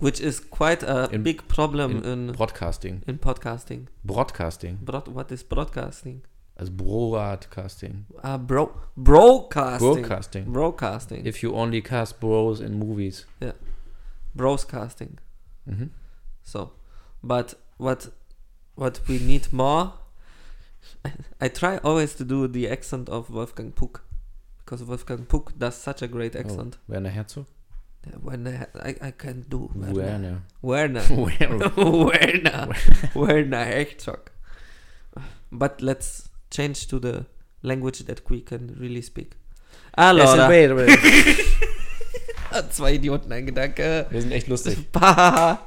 S4: Which is quite a
S5: In-
S4: big problem
S5: in
S4: in, in,
S5: broadcasting.
S4: podcasting.
S5: Broadcasting.
S4: Broad, what is broadcasting?
S5: Also broadcasting.
S4: Ah, bro, broadcasting.
S5: Broadcasting.
S4: Broadcasting.
S5: If you only cast bros in movies.
S4: Broadcasting.
S5: Mhm.
S4: So, but what what we need more? I, I try always to do the accent of Wolfgang Puck because Wolfgang Puck does such a great accent.
S5: Oh, Werner Herzog?
S4: When I, I, I can do Werner.
S5: Werner.
S4: Werner.
S5: Werner.
S4: Werner. Werner Herzog. But let's change to the language that we can really speak.
S5: Listen,
S4: Allora,
S5: wait, wait.
S4: zwei Idioten, ein Gedanke.
S5: Wir sind echt lustig.
S4: Bah.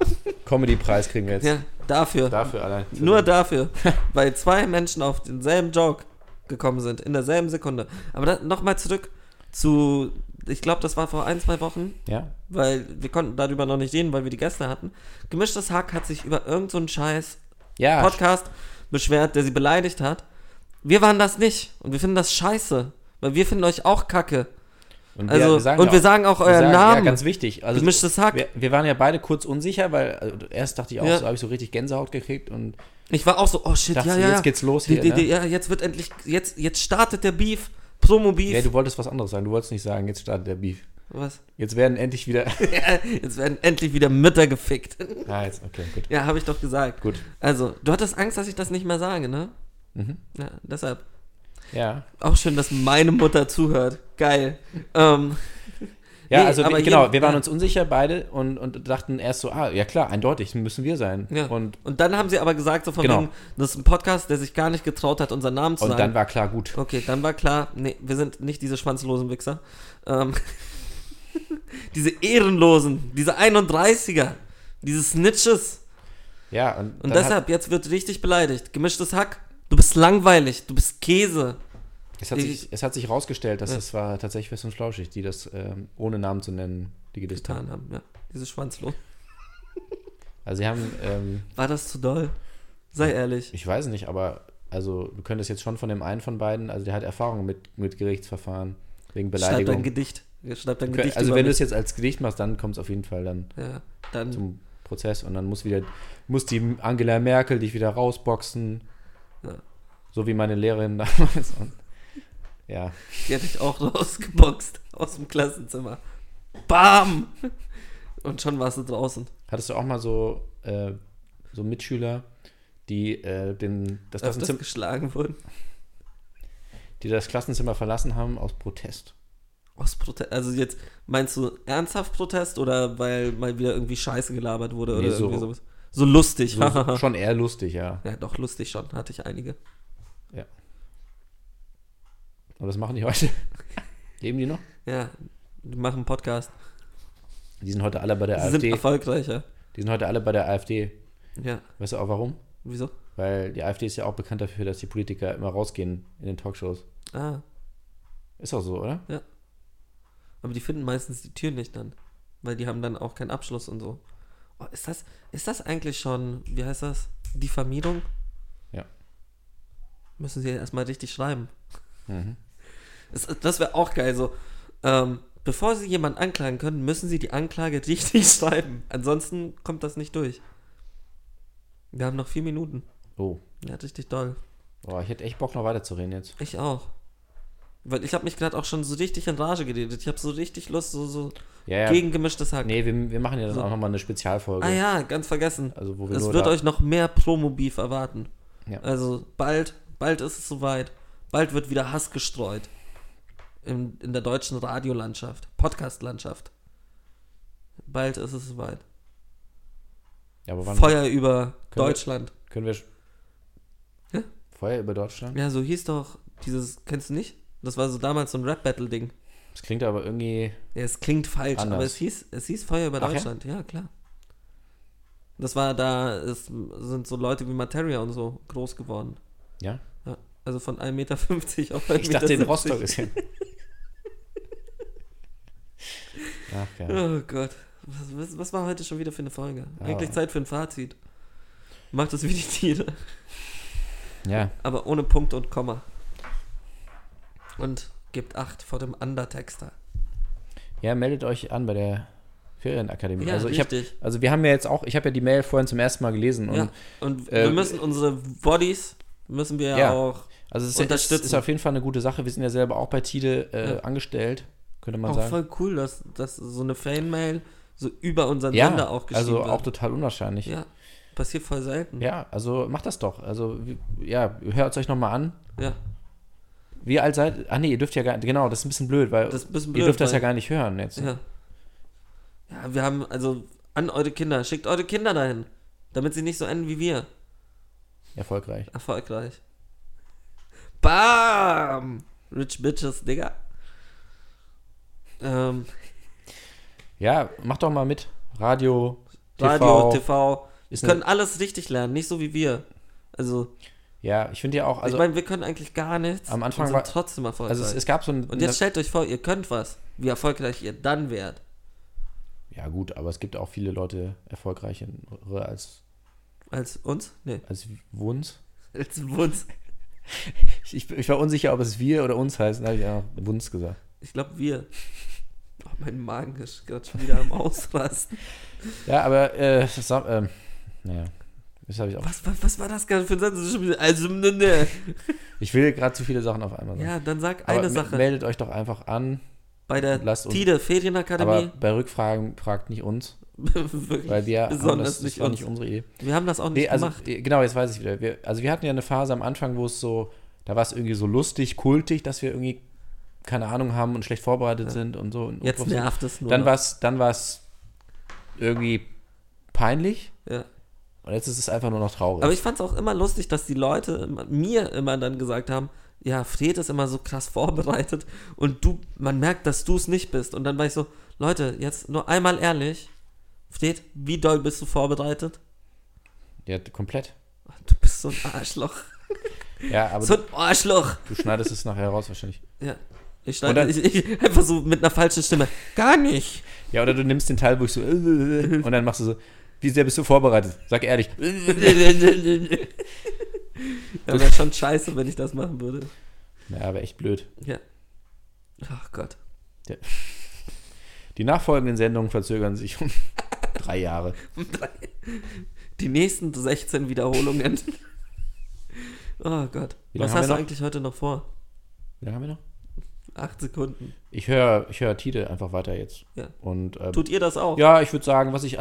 S5: Comedy-Preis kriegen wir jetzt.
S4: Ja, dafür.
S5: Dafür allein.
S4: Nur dafür, weil zwei Menschen auf denselben Joke gekommen sind, in derselben Sekunde. Aber nochmal zurück zu, ich glaube, das war vor ein, zwei Wochen,
S5: Ja.
S4: weil wir konnten darüber noch nicht reden, weil wir die Gäste hatten. Gemischtes Hack hat sich über irgendeinen so einen scheiß
S5: Ja.
S4: Podcast beschwert, der sie beleidigt hat. Wir waren das nicht und wir finden das scheiße, weil wir finden euch auch kacke.
S5: Und
S4: Also,
S5: sagen
S4: und
S5: ja
S4: wir
S5: auch-
S4: sagen auch
S5: wir
S4: euren
S5: sagen-
S4: Namen.
S5: Ja, ganz wichtig. Also,
S4: Gemischtes Hack.
S5: Wir, wir waren ja beide kurz unsicher, weil also, erst dachte ich auch,
S4: Ja.
S5: so habe ich so richtig Gänsehaut gekriegt und
S4: Ich war auch so, oh shit,
S5: Dachte,
S4: ja, ja,
S5: jetzt
S4: ja.
S5: geht's los
S4: Die-
S5: hier,
S4: die,
S5: ne?
S4: die, Ja, jetzt wird endlich, jetzt, jetzt startet der Beef, Promo-Beef.
S5: ja, du wolltest was anderes sagen. Du wolltest nicht sagen, jetzt startet der Beef.
S4: Was?
S5: Jetzt werden endlich wieder.
S4: Jetzt werden endlich wieder Mütter gefickt.
S5: ah, jetzt, okay, gut.
S4: Ja, habe ich doch gesagt.
S5: Gut.
S4: Also, du hattest Angst, dass ich das nicht mehr sage, ne?
S5: Mhm.
S4: Ja, deshalb.
S5: Ja.
S4: Auch schön, dass meine Mutter zuhört. Geil. Ähm,
S5: Ja,
S4: Nee,
S5: also
S4: aber
S5: wir, genau,
S4: jeden-
S5: wir waren
S4: ja.
S5: uns unsicher beide und, und dachten erst so, ah, ja klar, eindeutig müssen wir sein.
S4: ja.
S5: Und,
S4: dann haben sie aber gesagt, so von
S5: Genau.
S4: wegen, das ist ein Podcast, der sich gar nicht getraut hat, unseren Namen zu
S5: und
S4: sagen.
S5: dann war klar gut.
S4: okay, dann war klar, nee, wir sind nicht diese schwanzlosen Wichser. Ähm, diese Ehrenlosen, diese 31er, diese Snitches.
S5: Ja, und,
S4: Und
S5: dann hat-
S4: deshalb, jetzt wird richtig beleidigt. Gemischtes Hack. Du bist langweilig. Du bist Käse.
S5: Es hat,
S4: Ich-
S5: sich, es hat sich rausgestellt, dass
S4: Ja.
S5: es war tatsächlich Fest und Flauschig, die das, ähm, ohne Namen zu nennen, die gedisst haben.
S4: getan haben. Ja, diese Schwanzlohn.
S5: Also sie haben, ähm,
S4: War das zu doll? Sei ehrlich.
S5: ich weiß nicht, aber also du könntest jetzt schon von dem einen von beiden, also der hat Erfahrung mit, mit Gerichtsverfahren wegen
S4: Schreib ein
S5: Beleidigung.
S4: Gedicht. Schreib ein
S5: Kö-
S4: Gedicht.
S5: also
S4: über
S5: wenn du es
S4: mich.
S5: jetzt als Gedicht machst, dann kommt es auf jeden Fall dann
S4: Ja, dann.
S5: zum Prozess und dann muss wieder, muss die Angela Merkel dich wieder rausboxen.
S4: Ja.
S5: So wie meine Lehrerin damals. Und, ja.
S4: Die hat dich auch rausgeboxt aus dem Klassenzimmer. Bam! Und schon warst du draußen.
S5: Hattest du auch mal so, äh, so Mitschüler, die, äh, den, das
S4: Öfters
S5: Klassenzimmer,
S4: geschlagen wurden.
S5: die das Klassenzimmer verlassen haben aus Protest?
S4: Aus Protest. Also jetzt meinst du ernsthaft Protest oder weil mal wieder irgendwie Scheiße gelabert wurde
S5: Nee,
S4: oder
S5: so-
S4: irgendwie sowas? So lustig.
S5: So,
S4: hahaha.
S5: schon eher lustig, ja.
S4: ja, doch lustig schon. Hatte ich einige.
S5: Aber das machen die heute. Leben die noch?
S4: Ja, die machen einen Podcast.
S5: Die sind heute alle bei der
S4: Sie sind
S5: AfD.
S4: erfolgreicher.
S5: die sind heute alle bei der AfD.
S4: Ja,
S5: Weißt du auch warum?
S4: wieso?
S5: Weil die AfD ist ja auch bekannt dafür, dass die Politiker immer rausgehen in den Talkshows.
S4: Ah,
S5: Ist auch so, oder?
S4: aber die finden meistens die Tür nicht dann. Weil die haben dann auch keinen Abschluss und so. Oh, ist, das, ist das eigentlich schon, wie heißt das? Diffamierung?
S5: Ja.
S4: Müssen sie erstmal richtig schreiben.
S5: Mhm.
S4: Das, das wäre auch geil. So, ähm, bevor sie jemanden anklagen können, müssen sie die Anklage richtig schreiben. Ansonsten kommt das nicht durch. Wir haben noch vier Minuten.
S5: Oh.
S4: Ja, richtig doll.
S5: Boah, ich hätte echt Bock, noch weiterzureden jetzt.
S4: Ich auch. Weil ich habe mich gerade auch schon so richtig in Rage geredet. Ich habe so richtig Lust, so, so
S5: Ja, ja.
S4: gegen gemischtes Hack.
S5: Nee, wir, wir machen ja dann
S4: So.
S5: auch nochmal eine Spezialfolge.
S4: Ah ja, ganz vergessen.
S5: Also, wo wir
S4: es
S5: nur
S4: wird
S5: da-
S4: euch noch mehr Promo-Beef erwarten.
S5: Ja.
S4: Also bald, bald ist es soweit. Bald wird wieder Hass gestreut. In, in der deutschen Radiolandschaft, Podcast-Landschaft. Bald ist es soweit.
S5: Ja, aber wann
S4: Feuer über
S5: Können wir-
S4: Deutschland.
S5: können wir.
S4: Hä?
S5: Feuer über Deutschland?
S4: Ja, so hieß doch dieses, kennst du nicht? Das war so damals so ein Rap-Battle-Ding.
S5: Das klingt aber irgendwie.
S4: Ja, es klingt falsch, aber
S5: Anders.
S4: es hieß, es hieß Feuer über
S5: Ach ja?
S4: Deutschland, ja? klar. Das war da, es sind so Leute wie Materia und so groß geworden.
S5: Ja?
S4: Ja, also von 1,50 Meter auf 1,70 Meter.
S5: Ich dachte, in Rostock ist ja. Ach ja.
S4: Oh Gott. Was, was, was war heute schon wieder für eine Folge?
S5: Ja.
S4: Eigentlich Zeit für ein Fazit. Macht es wie die Tiere.
S5: Ja,
S4: Aber ohne Punkt und Komma. Und gebt acht vor dem Undertexter.
S5: ja meldet euch an bei der Ferienakademie.
S4: Ja,
S5: also, ich hab,
S4: richtig.
S5: also wir haben ja jetzt auch, ich habe ja die Mail vorhin zum ersten Mal gelesen. Und
S4: ja. Und
S5: äh,
S4: wir müssen unsere Bodies, müssen wir
S5: Ja.
S4: auch
S5: Also es ist, ist,
S4: Unterstützen.
S5: ist auf jeden Fall eine gute Sache. Wir sind ja selber auch bei Tide äh,
S4: Ja.
S5: angestellt, könnte man
S4: Auch
S5: sagen.
S4: voll cool, dass, dass so eine Fanmail so über unseren
S5: ja,
S4: Sender auch geschrieben
S5: also
S4: wird.
S5: auch total unwahrscheinlich. Ja.
S4: ja, passiert voll selten.
S5: also macht das doch. Also wie- ja, hört es euch nochmal an.
S4: Ja.
S5: Wie alt seid Ach nee, ihr dürft ja gar genau, das ist ein bisschen blöd, weil
S4: Das ist ein bisschen
S5: ihr
S4: blöd,
S5: dürft das ja
S4: weil-
S5: gar nicht hören jetzt.
S4: ja. Ja, wir haben also an eure Kinder, schickt eure Kinder dahin, damit sie nicht so enden wie wir.
S5: Erfolgreich.
S4: Erfolgreich. Bam! Rich Bitches, Digga. Ähm,
S5: Ja, macht doch mal mit. Radio, TV.
S4: Radio, TV.
S5: Ist
S4: können
S5: eine,
S4: alles richtig lernen, nicht so wie wir. Also,
S5: ja, ich finde ja auch, also,
S4: ich meine, wir können eigentlich gar nichts.
S5: Am Anfang
S4: und
S5: war-
S4: sind trotzdem erfolgreich.
S5: also es, es gab so ein.
S4: Und jetzt stellt euch vor, ihr könnt was, wie erfolgreich ihr dann wärt.
S5: ja gut, aber es gibt auch viele Leute erfolgreichere als,
S4: Als uns? Nee,
S5: als Wunsch.
S4: als uns.
S5: Ich, ich, ich war unsicher, ob es wir oder uns heißt. Da habe ich einfach Wunz gesagt.
S4: Ich glaube, wir. Oh, mein Magen ist gerade schon wieder am Ausrasten.
S5: Ja, aber, äh, das, sag- ähm, naja. Das habe ich auch.
S4: Was, was, was war das gerade für ein Satz? Das ist schon wieder- Also, ne, ne.
S5: Ich will gerade zu viele Sachen auf einmal sagen.
S4: Ja, dann sag
S5: aber
S4: eine
S5: me-
S4: Sache.
S5: Meldet euch doch einfach an.
S4: Bei der
S5: lasst uns-
S4: Tide
S5: Aber
S4: Ferienakademie.
S5: bei Rückfragen fragt nicht uns,
S4: Wirklich.
S5: weil wir haben
S4: Besonders
S5: das, das
S4: nicht
S5: war
S4: uns.
S5: nicht unsere Idee.
S4: wir haben das auch nicht
S5: Nee, also,
S4: gemacht.
S5: äh, genau, jetzt weiß ich wieder. Wir, also wir hatten ja eine Phase am Anfang, wo es so, da war es irgendwie so lustig, kultig, dass wir irgendwie keine Ahnung haben und schlecht vorbereitet sind und so. Und
S4: Jetzt
S5: und so.
S4: nervt es nur.
S5: Dann
S4: noch.
S5: war es, dann war es irgendwie peinlich
S4: ja.
S5: und jetzt ist es einfach nur noch traurig.
S4: Aber ich fand es auch immer lustig, dass die Leute immer- mir immer dann gesagt haben, ja, Fred ist immer so krass vorbereitet und du, man merkt, dass du es nicht bist. Und dann war ich so, Leute, jetzt nur einmal ehrlich, Fred, wie doll bist du vorbereitet?
S5: ja, komplett.
S4: Du bist so ein Arschloch.
S5: Ja, aber
S4: So
S5: du,
S4: ein Arschloch.
S5: du schneidest es nachher raus wahrscheinlich.
S4: Ja. Ich
S5: Und dann-
S4: schneide ich, ich einfach so mit einer falschen Stimme. Gar nicht.
S5: Ja, oder du nimmst den Teil, wo ich so und dann machst du so, wie sehr bist du vorbereitet? Sag ehrlich.
S4: ja, wäre schon scheiße, wenn ich das machen würde.
S5: Ja, aber echt blöd.
S4: Ja. Ach Gott.
S5: Die nachfolgenden Sendungen verzögern sich um drei Jahre.
S4: Die nächsten 16 Wiederholungen. oh Gott.
S5: Wie
S4: Was
S5: lange haben wir
S4: hast du
S5: noch?
S4: eigentlich heute noch vor?
S5: Wie lange haben wir noch?
S4: Acht Sekunden.
S5: Ich höre ich hör Tide einfach weiter jetzt.
S4: Ja.
S5: Und ähm,
S4: Tut ihr das auch?
S5: ja, ich würde sagen, was ich